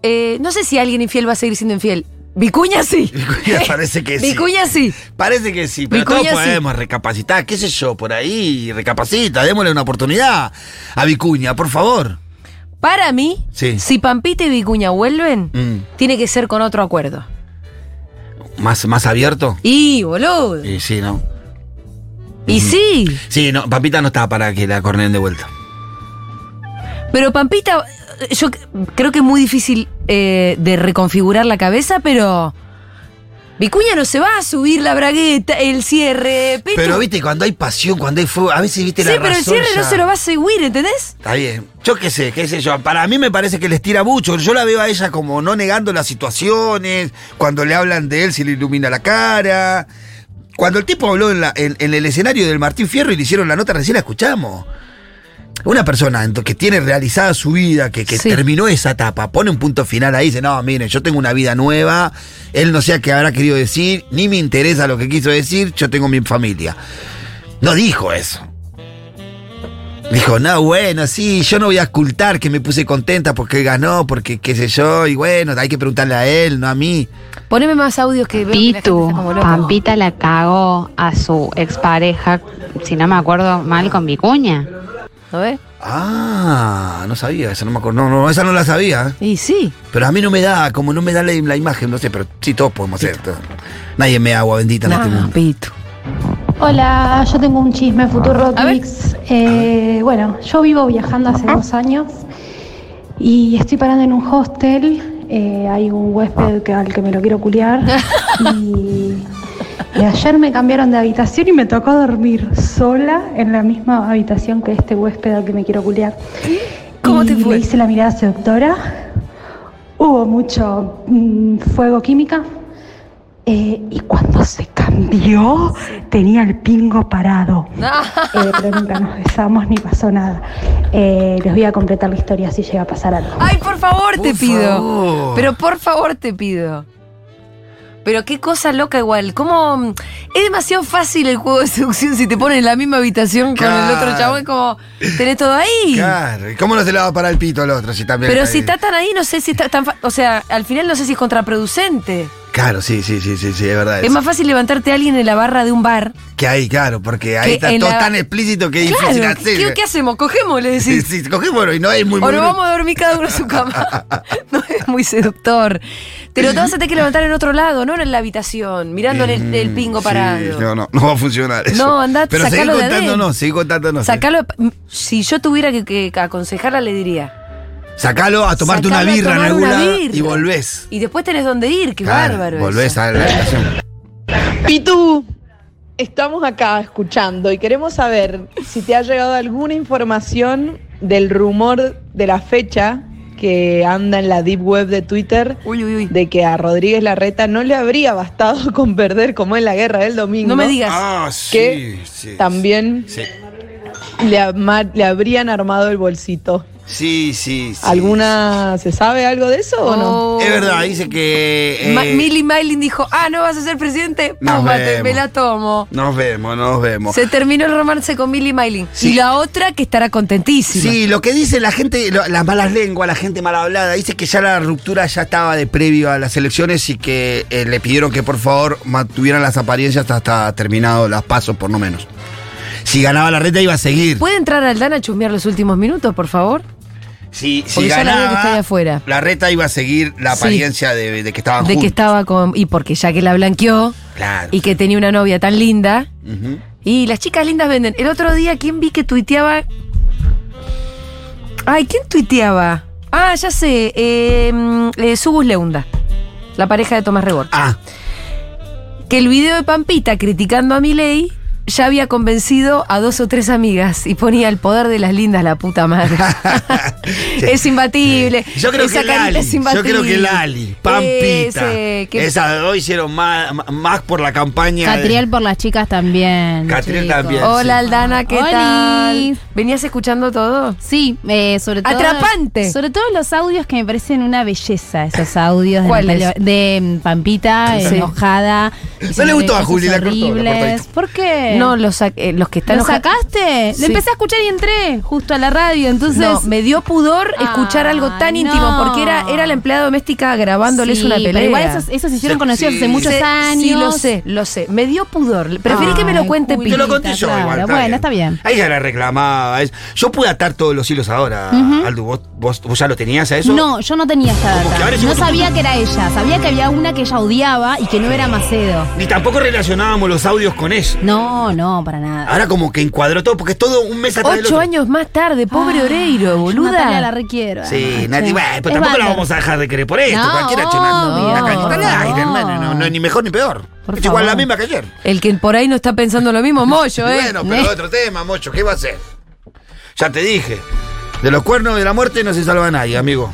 [SPEAKER 1] eh, no sé si alguien infiel va a seguir siendo infiel. Vicuña sí.
[SPEAKER 3] Vicuña parece que sí.
[SPEAKER 1] Vicuña sí.
[SPEAKER 3] Parece que sí, pero
[SPEAKER 1] Vicuña
[SPEAKER 3] todos
[SPEAKER 1] sí.
[SPEAKER 3] podemos recapacitar, qué sé yo, por ahí, recapacita, démosle una oportunidad a Vicuña, por favor.
[SPEAKER 1] Para mí,
[SPEAKER 3] Sí.
[SPEAKER 1] si Pampita y Vicuña vuelven,
[SPEAKER 3] Mm,
[SPEAKER 1] tiene que ser con otro acuerdo.
[SPEAKER 3] ¿Más, más abierto?
[SPEAKER 1] Y, boludo.
[SPEAKER 3] Y mm. sí, ¿no?
[SPEAKER 1] Y sí.
[SPEAKER 3] Sí, no, Pampita no está para que la corneen de vuelta.
[SPEAKER 1] Pero Pampita, yo c- creo que es muy difícil eh, de reconfigurar la cabeza, pero. Vicuña no se va a subir la bragueta, el cierre. Pitu.
[SPEAKER 3] Pero viste, cuando hay pasión, cuando hay fuego, a veces viste
[SPEAKER 1] Sí,
[SPEAKER 3] la
[SPEAKER 1] pero el
[SPEAKER 3] razón
[SPEAKER 1] cierre no
[SPEAKER 3] ya-
[SPEAKER 1] se lo va a seguir, ¿entendés?
[SPEAKER 3] Está bien. Yo qué sé, qué sé yo. Para mí me parece que les tira mucho. Yo la veo a ella como no negando las situaciones. Cuando le hablan de él se le ilumina la cara. Cuando el tipo habló en, la- en- en el escenario del Martín Fierro y le hicieron la nota, recién la escuchamos. Una persona ento- que tiene realizada su vida, que, que
[SPEAKER 1] Sí.
[SPEAKER 3] terminó esa etapa, pone un punto final ahí, dice, no, miren, yo tengo una vida nueva, él no sé a qué habrá querido decir, ni me interesa lo que quiso decir, yo tengo mi familia. No dijo eso. Dijo, no, bueno, sí, yo no voy a ocultar que me puse contenta porque él ganó, porque qué sé yo, y bueno, hay que preguntarle a él, no a mí.
[SPEAKER 1] Poneme más audios que veo que la gente
[SPEAKER 5] Pitu,
[SPEAKER 1] está como loca.
[SPEAKER 5] Pampita la cagó a su expareja, si no me acuerdo mal, con Vicuña.
[SPEAKER 1] ¿Lo ves?
[SPEAKER 3] Ah, no sabía, esa no me acuerdo. No, no, esa no la sabía. ¿eh?
[SPEAKER 1] Y sí.
[SPEAKER 3] Pero a mí no me da, como no me da la, la imagen, no sé, pero sí, todos podemos hacer. todo. Nadie me da agua bendita en
[SPEAKER 1] No,
[SPEAKER 3] este mundo.
[SPEAKER 7] Hola, yo tengo un chisme futuro. Eh, bueno, yo vivo viajando hace dos años y estoy parando en un hostel. Eh, hay un huésped que- al que me lo quiero culiar. Y, y ayer me cambiaron de habitación y me tocó dormir sola en la misma habitación que este huésped al que me quiero culiar. ¿Cómo te fue? Le hice la mirada seductora. Hubo mucho mm, fuego química. Eh, y cuando se cambió, tenía el pingo parado. Eh, pero nunca nos besamos ni pasó nada. Eh, les voy a completar la historia si llega a pasar algo.
[SPEAKER 1] Ay, por favor, te
[SPEAKER 7] Por
[SPEAKER 1] pido.
[SPEAKER 7] favor.
[SPEAKER 1] Pero por favor, te pido. Pero qué cosa loca igual. ¿Cómo? Es demasiado fácil el juego de seducción si te ponen en la misma habitación con el
[SPEAKER 3] Claro.
[SPEAKER 1] otro chabón. Es como, tenés todo ahí.
[SPEAKER 3] Claro, ¿y cómo no se le va a parar el pito al otro si también
[SPEAKER 1] Pero
[SPEAKER 3] está
[SPEAKER 1] si
[SPEAKER 3] ahí?
[SPEAKER 1] está tan ahí, no sé si está tan... fa- O sea, al final no sé si es contraproducente.
[SPEAKER 3] Claro, sí, sí, sí, sí, sí, es verdad.
[SPEAKER 1] Es más fácil levantarte a alguien en la barra de un bar.
[SPEAKER 3] Que ahí, claro, porque ahí
[SPEAKER 1] que
[SPEAKER 3] está
[SPEAKER 1] en
[SPEAKER 3] todo
[SPEAKER 1] la-
[SPEAKER 3] tan explícito que es
[SPEAKER 1] Claro,
[SPEAKER 3] difícil
[SPEAKER 1] ¿qué-
[SPEAKER 3] hacer.
[SPEAKER 1] ¿qué, hacemos? ¿Cogemos? Le decís.
[SPEAKER 3] Sí, sí, cogémoslo y no es muy
[SPEAKER 1] o
[SPEAKER 3] muy-
[SPEAKER 1] nos vamos a dormir cada uno a su cama. no es muy seductor. Pero te vas a tener que levantar en otro lado, no en la habitación, mirando el, el pingo
[SPEAKER 3] Mm, Sí,
[SPEAKER 1] parado.
[SPEAKER 3] No, no, no va a funcionar eso.
[SPEAKER 1] No, andá,
[SPEAKER 3] Pero seguí
[SPEAKER 1] sacalo de adentro.
[SPEAKER 3] contándonos, seguí contándonos.
[SPEAKER 1] Sacalo, si yo tuviera que, que aconsejarla, le diría.
[SPEAKER 3] Sacalo a tomarte
[SPEAKER 1] sacalo
[SPEAKER 3] una
[SPEAKER 1] a
[SPEAKER 3] birra en
[SPEAKER 1] tomar
[SPEAKER 3] algún
[SPEAKER 1] una
[SPEAKER 3] lado
[SPEAKER 1] birra.
[SPEAKER 3] y volvés.
[SPEAKER 1] Y después tenés dónde ir, qué
[SPEAKER 3] Claro,
[SPEAKER 1] bárbaro.
[SPEAKER 3] Volvés
[SPEAKER 1] eso.
[SPEAKER 3] a la habitación.
[SPEAKER 2] Pitu, estamos acá escuchando y queremos saber si te ha llegado alguna información del rumor de la fecha que anda en la deep web de Twitter de que a Rodríguez Larreta no le habría bastado con perder como en la guerra del domingo.
[SPEAKER 1] No me digas.
[SPEAKER 3] Ah,
[SPEAKER 2] Que
[SPEAKER 3] sí,
[SPEAKER 2] también le, ama- le habrían armado el bolsito.
[SPEAKER 3] Sí, sí, sí.
[SPEAKER 2] ¿Alguna se sabe algo de eso o
[SPEAKER 1] Oh.
[SPEAKER 2] no?
[SPEAKER 3] oh. Es verdad, dice que. eh,
[SPEAKER 1] Ma- Millie Maylin dijo, ah, no vas a ser presidente,
[SPEAKER 3] Nos
[SPEAKER 1] pum, mate,
[SPEAKER 3] vemos.
[SPEAKER 1] me la tomo.
[SPEAKER 3] Nos vemos, nos vemos.
[SPEAKER 1] Se terminó el romance con Millie Maylin. Y la otra que estará contentísima.
[SPEAKER 3] Sí, lo que dice la gente, lo- las malas lenguas, la gente mal hablada, dice que ya la ruptura ya estaba de previo a las elecciones y que eh, le pidieron que por favor mantuvieran las apariencias hasta terminado las pasos, por lo menos. Si ganaba la reta iba a seguir.
[SPEAKER 1] ¿Puede entrar Aldana a chusmear los últimos minutos, por favor?
[SPEAKER 3] Si, si
[SPEAKER 1] Porque ya la veo que está ahí
[SPEAKER 3] ganaba,
[SPEAKER 1] afuera.
[SPEAKER 3] la reta iba a seguir la
[SPEAKER 1] Sí.
[SPEAKER 3] apariencia de, de que estaban
[SPEAKER 1] De que
[SPEAKER 3] Ah, juntos.
[SPEAKER 1] estaba con. Y porque ya que la blanqueó
[SPEAKER 3] Claro.
[SPEAKER 1] y que tenía una novia tan linda.
[SPEAKER 3] Ujú.
[SPEAKER 1] Y las chicas lindas venden. El otro día, ¿quién vi que tuiteaba? Ay, ¿quién tuiteaba? Ah, ya sé. eh, mm, eh, Subus Leunda, la pareja de Tomás Rebord.
[SPEAKER 3] Ah.
[SPEAKER 1] Que el video de Pampita criticando a Milei ya había convencido a dos o tres amigas y ponía el poder de las lindas, la puta madre. es imbatible.
[SPEAKER 3] Yo creo
[SPEAKER 1] Esa
[SPEAKER 3] que
[SPEAKER 1] carita
[SPEAKER 3] Lali,
[SPEAKER 1] es
[SPEAKER 3] yo creo que
[SPEAKER 1] imbatible.
[SPEAKER 3] Lali, Pampita,
[SPEAKER 1] Ese, que-
[SPEAKER 3] esas dos hicieron más, más por la campaña. de-
[SPEAKER 5] Catriel por las chicas también.
[SPEAKER 3] Catriel
[SPEAKER 5] chicos.
[SPEAKER 3] también,
[SPEAKER 1] Hola Aldana, ¿qué
[SPEAKER 5] Oli.
[SPEAKER 1] tal? ¿Venías escuchando todo?
[SPEAKER 5] Sí, eh, sobre todo.
[SPEAKER 1] Atrapante.
[SPEAKER 5] Sobre todo los audios que me parecen una belleza, esos audios de,
[SPEAKER 1] ¿Cuáles?
[SPEAKER 5] Natalia- de, mm, Pampita,
[SPEAKER 1] Sí.
[SPEAKER 5] enojada. diciendo
[SPEAKER 1] gustó a
[SPEAKER 5] cosas
[SPEAKER 1] Juli, la cortó, la
[SPEAKER 5] horribles.
[SPEAKER 1] cortadita.
[SPEAKER 5] ¿Por qué?
[SPEAKER 1] No, los, sa- eh, los que están
[SPEAKER 5] ¿Lo
[SPEAKER 1] oja-
[SPEAKER 5] sacaste?
[SPEAKER 1] Sí.
[SPEAKER 5] Lo empecé a escuchar y entré justo a la radio, entonces. Ah,
[SPEAKER 1] No, me dio pudor escuchar algo tan íntimo porque era, era la empleada doméstica grabándoles
[SPEAKER 5] Sí,
[SPEAKER 1] una
[SPEAKER 5] pero
[SPEAKER 1] pelea.
[SPEAKER 5] igual esos- esos se hicieron Sí. conocidos hace muchos
[SPEAKER 1] Sí, Sí,
[SPEAKER 5] años.
[SPEAKER 1] lo sé, lo sé. Me dio pudor. Preferí que me lo
[SPEAKER 5] Ay,
[SPEAKER 1] cuente
[SPEAKER 5] Juli,
[SPEAKER 1] Pito.
[SPEAKER 3] Te lo conté yo igual, está
[SPEAKER 5] bueno,
[SPEAKER 3] bien.
[SPEAKER 5] está bien.
[SPEAKER 3] Ahí ya la reclamaba. es- Yo pude atar todos los hilos ahora,
[SPEAKER 5] Ujú.
[SPEAKER 3] Aldu. ¿Vos, vos, vos ya lo tenías a eso?
[SPEAKER 5] No, yo no tenía esta
[SPEAKER 3] Como que
[SPEAKER 5] data.
[SPEAKER 3] ahora
[SPEAKER 5] No
[SPEAKER 3] hicimos un-
[SPEAKER 5] sabía que era ella. Sabía que había una que ella odiaba y que no era Macedo.
[SPEAKER 3] Ni tampoco relacionábamos los audios con eso.
[SPEAKER 5] No, no, para nada.
[SPEAKER 3] Ahora como que encuadró todo, porque es todo un mes atrás del
[SPEAKER 1] Ocho
[SPEAKER 3] otro.
[SPEAKER 1] años más tarde, pobre Oreiro, boluda.
[SPEAKER 5] Natalia la requiero.
[SPEAKER 3] Sí, Nati,
[SPEAKER 5] Ah, sí.
[SPEAKER 3] bueno, pero
[SPEAKER 5] Es
[SPEAKER 3] tampoco la
[SPEAKER 5] bárbaro.
[SPEAKER 3] vamos a dejar de querer por esto.
[SPEAKER 5] No,
[SPEAKER 3] Cualquiera chonando.
[SPEAKER 5] obvio,
[SPEAKER 3] La cañita al
[SPEAKER 5] por
[SPEAKER 3] aire,
[SPEAKER 5] favor.
[SPEAKER 3] hermano. No, no es ni mejor ni peor.
[SPEAKER 1] Por
[SPEAKER 3] es igual
[SPEAKER 1] favor.
[SPEAKER 3] la misma que ayer.
[SPEAKER 1] El que por ahí no está pensando lo mismo, Moyo, ¿eh?
[SPEAKER 3] Bueno, pero otro tema, Mocho, ¿qué va a hacer? Ya te dije. De los cuernos de la muerte no se salva nadie, amigo.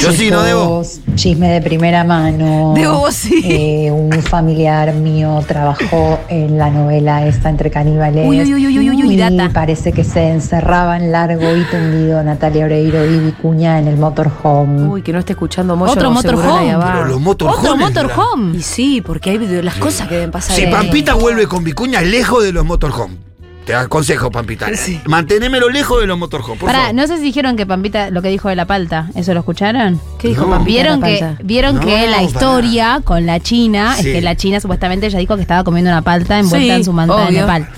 [SPEAKER 3] Yo sí, no debo.
[SPEAKER 21] Chicos, Chisme de primera mano.
[SPEAKER 3] Debo vos, sí.
[SPEAKER 21] Eh, un familiar mío trabajó en la novela esta entre caníbales.
[SPEAKER 5] Uy, uy, uy, uy, uy, uy, uy,
[SPEAKER 21] y
[SPEAKER 5] data.
[SPEAKER 21] parece que se encerraban largo y tendido Natalia Oreiro y Vicuña en el motorhome.
[SPEAKER 1] Uy, que no esté escuchando Moyo.
[SPEAKER 5] Otro
[SPEAKER 1] como seguro
[SPEAKER 5] motorhome.
[SPEAKER 1] nadie va.
[SPEAKER 5] Pero los motorhomes, Otro motorhome.
[SPEAKER 1] Y sí, porque hay de las cosas que deben pasar.
[SPEAKER 3] Si
[SPEAKER 1] ahí.
[SPEAKER 3] Pampita vuelve con Vicuña, lejos de los motorhome. Te aconsejo, Pampita. Mantenémelo lejos de los motorhome, por
[SPEAKER 5] Pará,
[SPEAKER 3] favor.
[SPEAKER 5] no sé si dijeron que Pampita, lo que dijo de la palta, ¿eso lo escucharon?
[SPEAKER 1] ¿Qué dijo No. Pampita de
[SPEAKER 5] Vieron
[SPEAKER 1] la
[SPEAKER 5] que,
[SPEAKER 1] palta?
[SPEAKER 5] vieron
[SPEAKER 1] No,
[SPEAKER 5] que la
[SPEAKER 1] pará.
[SPEAKER 5] historia con la China,
[SPEAKER 1] Sí.
[SPEAKER 5] es que la China supuestamente ella dijo que estaba comiendo una palta envuelta
[SPEAKER 1] Sí,
[SPEAKER 5] en su manta de
[SPEAKER 1] obvio.
[SPEAKER 5] Nepal.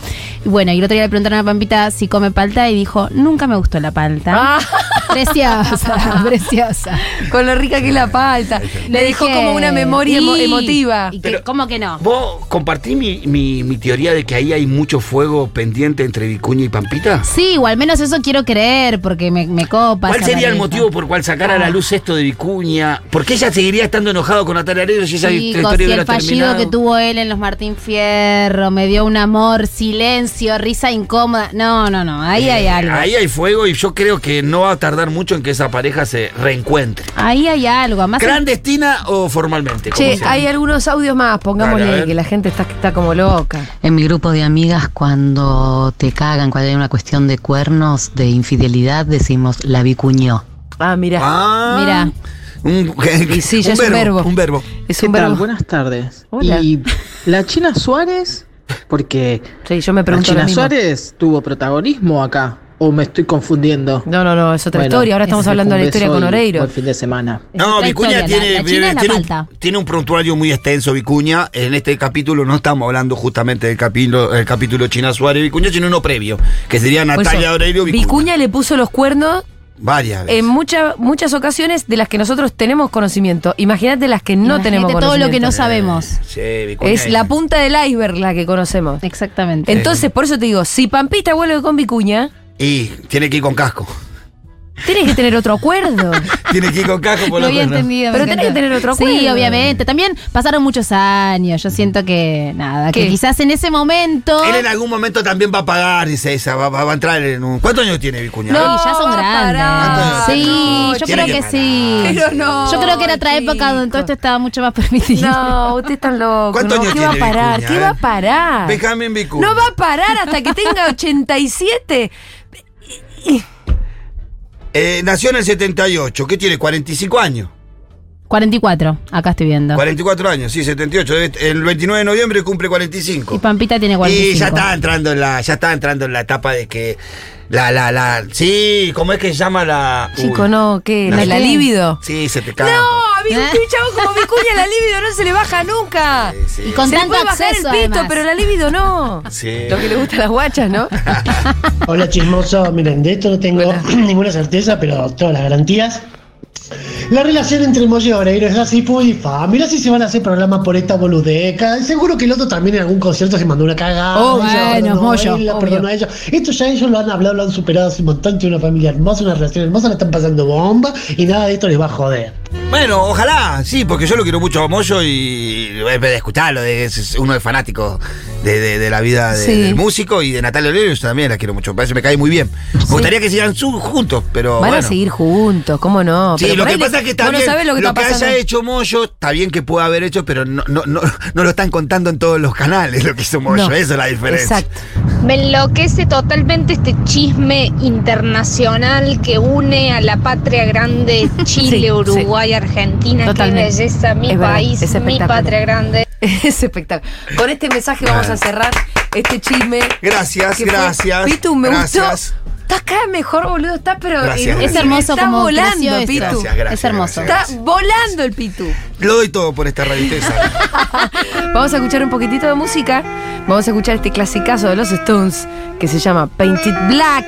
[SPEAKER 5] Y bueno, y el otro día le preguntaron a Pampita si come palta y dijo, nunca me gustó la palta. Preciosa, preciosa.
[SPEAKER 1] Ah, Con lo rica que es la palta. Le dejó
[SPEAKER 5] dije,
[SPEAKER 1] como una memoria emo-
[SPEAKER 5] "Y-
[SPEAKER 1] emotiva.
[SPEAKER 5] y que- ¿Cómo que no?
[SPEAKER 3] ¿Vos compartí mi, mi- mi teoría de que ahí hay mucho fuego pendiente entre Vicuña y Pampita?
[SPEAKER 5] Sí, o al menos eso quiero creer, porque me, me copa.
[SPEAKER 3] ¿Cuál
[SPEAKER 5] esa
[SPEAKER 3] sería el
[SPEAKER 5] pareja.
[SPEAKER 3] motivo por cual sacar a
[SPEAKER 5] Ah.
[SPEAKER 3] la luz esto de Vicuña? ¿Por qué ella seguiría estando enojado con Natalia Oreiro si esa
[SPEAKER 5] Chicos,
[SPEAKER 3] historia
[SPEAKER 5] y
[SPEAKER 3] hubiera
[SPEAKER 5] el fallido
[SPEAKER 3] terminado?
[SPEAKER 5] que tuvo él en los Martín Fierro, me dio un amor, silencio, risa incómoda. No, no, no, ahí hay algo.
[SPEAKER 3] Eh, Ahí hay fuego y yo creo que no va a tardar mucho en que esa pareja se reencuentre.
[SPEAKER 5] Ahí hay algo. Más
[SPEAKER 3] ¿Clandestina o formalmente? como
[SPEAKER 1] Che,
[SPEAKER 3] sea.
[SPEAKER 1] hay algunos audios más, pongámosle,
[SPEAKER 21] Dale, a ver.
[SPEAKER 1] que la gente está, está como loca.
[SPEAKER 21] En mi grupo de amigas, cuando te cagan, cuando hay una cuestión de cuernos, de infidelidad, decimos la vicuñó.
[SPEAKER 1] Ah, mira.
[SPEAKER 5] mira.
[SPEAKER 3] Un,
[SPEAKER 1] sí, ya es un verbo.
[SPEAKER 3] Un verbo.
[SPEAKER 1] Es
[SPEAKER 22] ¿Qué
[SPEAKER 1] un
[SPEAKER 22] tal?
[SPEAKER 1] verbo.
[SPEAKER 22] Buenas tardes.
[SPEAKER 1] Hola.
[SPEAKER 22] Y la China Suárez, porque
[SPEAKER 1] Sí, yo me
[SPEAKER 22] la
[SPEAKER 1] pregunto
[SPEAKER 22] China
[SPEAKER 1] lo mismo.
[SPEAKER 22] Suárez tuvo protagonismo acá.
[SPEAKER 4] o me estoy confundiendo.
[SPEAKER 1] No, no, no, es otra historia. Ahora estamos hablando de la historia con Oreiro.
[SPEAKER 4] El fin de semana.
[SPEAKER 3] No,
[SPEAKER 1] Otra
[SPEAKER 3] Vicuña
[SPEAKER 1] historia,
[SPEAKER 3] tiene,
[SPEAKER 1] la- la
[SPEAKER 3] tiene-
[SPEAKER 1] china y la
[SPEAKER 3] tiene
[SPEAKER 1] palta.
[SPEAKER 3] un, tiene un prontuario muy extenso, Vicuña. En este capítulo no estamos hablando justamente del capítulo, el capítulo China Suárez Vicuña, sino uno previo, que sería
[SPEAKER 1] Por eso,
[SPEAKER 3] Natalia Oreiro Vicuña.
[SPEAKER 1] Vicuña le puso los cuernos
[SPEAKER 3] Varias veces.
[SPEAKER 1] en muchas muchas ocasiones de las que nosotros tenemos conocimiento. Imagínate las que no
[SPEAKER 5] Imagínate
[SPEAKER 1] tenemos
[SPEAKER 5] todo lo
[SPEAKER 1] conocimiento.
[SPEAKER 5] que no
[SPEAKER 1] sabemos.
[SPEAKER 3] Sí, Vicuña
[SPEAKER 1] Es la punta del iceberg la que conocemos.
[SPEAKER 5] Exactamente.
[SPEAKER 1] Entonces, por eso te digo, si Pampita vuelve con Vicuña,
[SPEAKER 3] Y tiene que ir con casco.
[SPEAKER 1] tienes que tener otro acuerdo.
[SPEAKER 3] Tiene que ir con casco por la
[SPEAKER 5] Lo había
[SPEAKER 3] cuerda.
[SPEAKER 5] entendido. me
[SPEAKER 1] Pero tenés
[SPEAKER 5] encantó.
[SPEAKER 1] que tener otro
[SPEAKER 5] Sí,
[SPEAKER 1] acuerdo.
[SPEAKER 5] obviamente. También pasaron muchos años. Yo siento que, nada,
[SPEAKER 1] ¿Qué?
[SPEAKER 5] que quizás en ese momento.
[SPEAKER 3] Él en algún momento también va a pagar, dice esa, va, va- va a entrar en un. ¿Cuántos años tiene Vicuña?
[SPEAKER 5] No, ya son grandes.
[SPEAKER 3] pará,
[SPEAKER 5] sí,
[SPEAKER 3] no,
[SPEAKER 5] yo
[SPEAKER 3] tiene
[SPEAKER 5] creo que,
[SPEAKER 3] que
[SPEAKER 5] sí.
[SPEAKER 1] Pero no,
[SPEAKER 5] yo creo que era otra época donde todo esto estaba mucho más permitido.
[SPEAKER 1] No, usted está loco.
[SPEAKER 5] ¿Cuántos
[SPEAKER 1] no,
[SPEAKER 5] años
[SPEAKER 1] ¿Qué va a
[SPEAKER 5] tiene
[SPEAKER 1] parar?
[SPEAKER 5] Vicuña,
[SPEAKER 1] ¿Qué
[SPEAKER 5] eh?
[SPEAKER 1] va a parar?
[SPEAKER 3] Benjamín Vicuña.
[SPEAKER 1] No va a parar hasta que tenga 87.
[SPEAKER 3] Eh, nació en el 78, ¿qué tiene? 45 años.
[SPEAKER 5] 44, acá estoy viendo.
[SPEAKER 3] 44 años, sí, 78. El 29 de noviembre cumple 45.
[SPEAKER 5] Y Pampita tiene
[SPEAKER 3] Y
[SPEAKER 5] 45.
[SPEAKER 3] ya está entrando en la, ya está entrando en la etapa de que la, la, la, sí, ¿cómo es que se llama la? Uy.
[SPEAKER 1] Chico, no, ¿qué? ¿La, la
[SPEAKER 3] qué?
[SPEAKER 1] libido?
[SPEAKER 3] Sí, se te cae.
[SPEAKER 1] No, a mí
[SPEAKER 5] ¿Eh?
[SPEAKER 1] un chavo como Vicuña la libido no se le baja nunca.
[SPEAKER 5] Y con
[SPEAKER 1] se le
[SPEAKER 5] tanto
[SPEAKER 1] puede bajar
[SPEAKER 5] acceso,
[SPEAKER 1] el pito,
[SPEAKER 5] además.
[SPEAKER 1] pero la libido no.
[SPEAKER 3] Sí.
[SPEAKER 1] Lo que le gusta a las guachas, ¿no?
[SPEAKER 7] Hola chismoso, miren, de esto no tengo ninguna certeza, pero todas las garantías. La relación entre el Moyo y Oreiro es así, pudifa. Mirá si se van a hacer programas por esta boludeca. Seguro que el otro también en algún concierto se mandó una cagada.
[SPEAKER 5] Obvio,
[SPEAKER 7] Ella
[SPEAKER 5] bueno,
[SPEAKER 7] perdonó a
[SPEAKER 5] Moyo,
[SPEAKER 7] él, la
[SPEAKER 5] obvio.
[SPEAKER 7] perdonó a ella. Esto ya ellos lo han hablado, lo han superado hace un montón. Tiene una familia hermosa, una relación hermosa, la están pasando bomba y nada de esto les va a joder.
[SPEAKER 3] Bueno, ojalá, sí, porque yo lo quiero mucho a Moyo y eh, escucharlo, de- es uno de fanáticos de, de- de la vida de-
[SPEAKER 1] Sí.
[SPEAKER 3] del músico y de Natalia Oreiro yo también la quiero mucho, me parece que me cae muy bien. Me gustaría que sigan su- juntos, pero
[SPEAKER 1] Van a
[SPEAKER 3] bueno.
[SPEAKER 1] seguir juntos, ¿cómo no?
[SPEAKER 3] Sí,
[SPEAKER 1] Pero
[SPEAKER 3] lo
[SPEAKER 1] por
[SPEAKER 3] que
[SPEAKER 1] ahí le-
[SPEAKER 3] pasa es que
[SPEAKER 1] vos no
[SPEAKER 3] también
[SPEAKER 1] sabés
[SPEAKER 3] lo que,
[SPEAKER 1] está pasando.
[SPEAKER 3] haya hecho Moyo, está bien que pueda haber hecho, pero no, no, no, no lo están contando en todos los canales lo que hizo Moyo,
[SPEAKER 1] No,
[SPEAKER 3] esa es la diferencia.
[SPEAKER 1] exacto.
[SPEAKER 8] Me enloquece totalmente este chisme internacional que une a la patria grande Chile,
[SPEAKER 1] Sí,
[SPEAKER 8] Uruguay, Argentina.
[SPEAKER 1] Totalmente.
[SPEAKER 8] Qué belleza, mi
[SPEAKER 1] Es verdad,
[SPEAKER 8] país,
[SPEAKER 1] es
[SPEAKER 8] mi
[SPEAKER 1] espectacular.
[SPEAKER 8] patria grande.
[SPEAKER 1] Es espectacular. Con este mensaje vamos a cerrar este chisme.
[SPEAKER 3] Gracias,
[SPEAKER 1] que fue-
[SPEAKER 3] gracias,
[SPEAKER 1] Pitu, me
[SPEAKER 3] gracias.
[SPEAKER 1] gustó. Estás cada vez mejor, boludo. Estás, pero. eh,
[SPEAKER 3] Gracias, gracias.
[SPEAKER 5] Es hermoso
[SPEAKER 1] Está
[SPEAKER 5] como
[SPEAKER 1] volando,
[SPEAKER 5] creció esto.
[SPEAKER 1] Pitu.
[SPEAKER 3] Gracias, gracias,
[SPEAKER 5] es hermoso.
[SPEAKER 1] Está volando el Pitu.
[SPEAKER 3] Lo doy todo por esta radio, ustedes saben.
[SPEAKER 1] Vamos a escuchar un poquitito de música. Vamos a escuchar este clasicazo de los Stones que se llama Painted Black.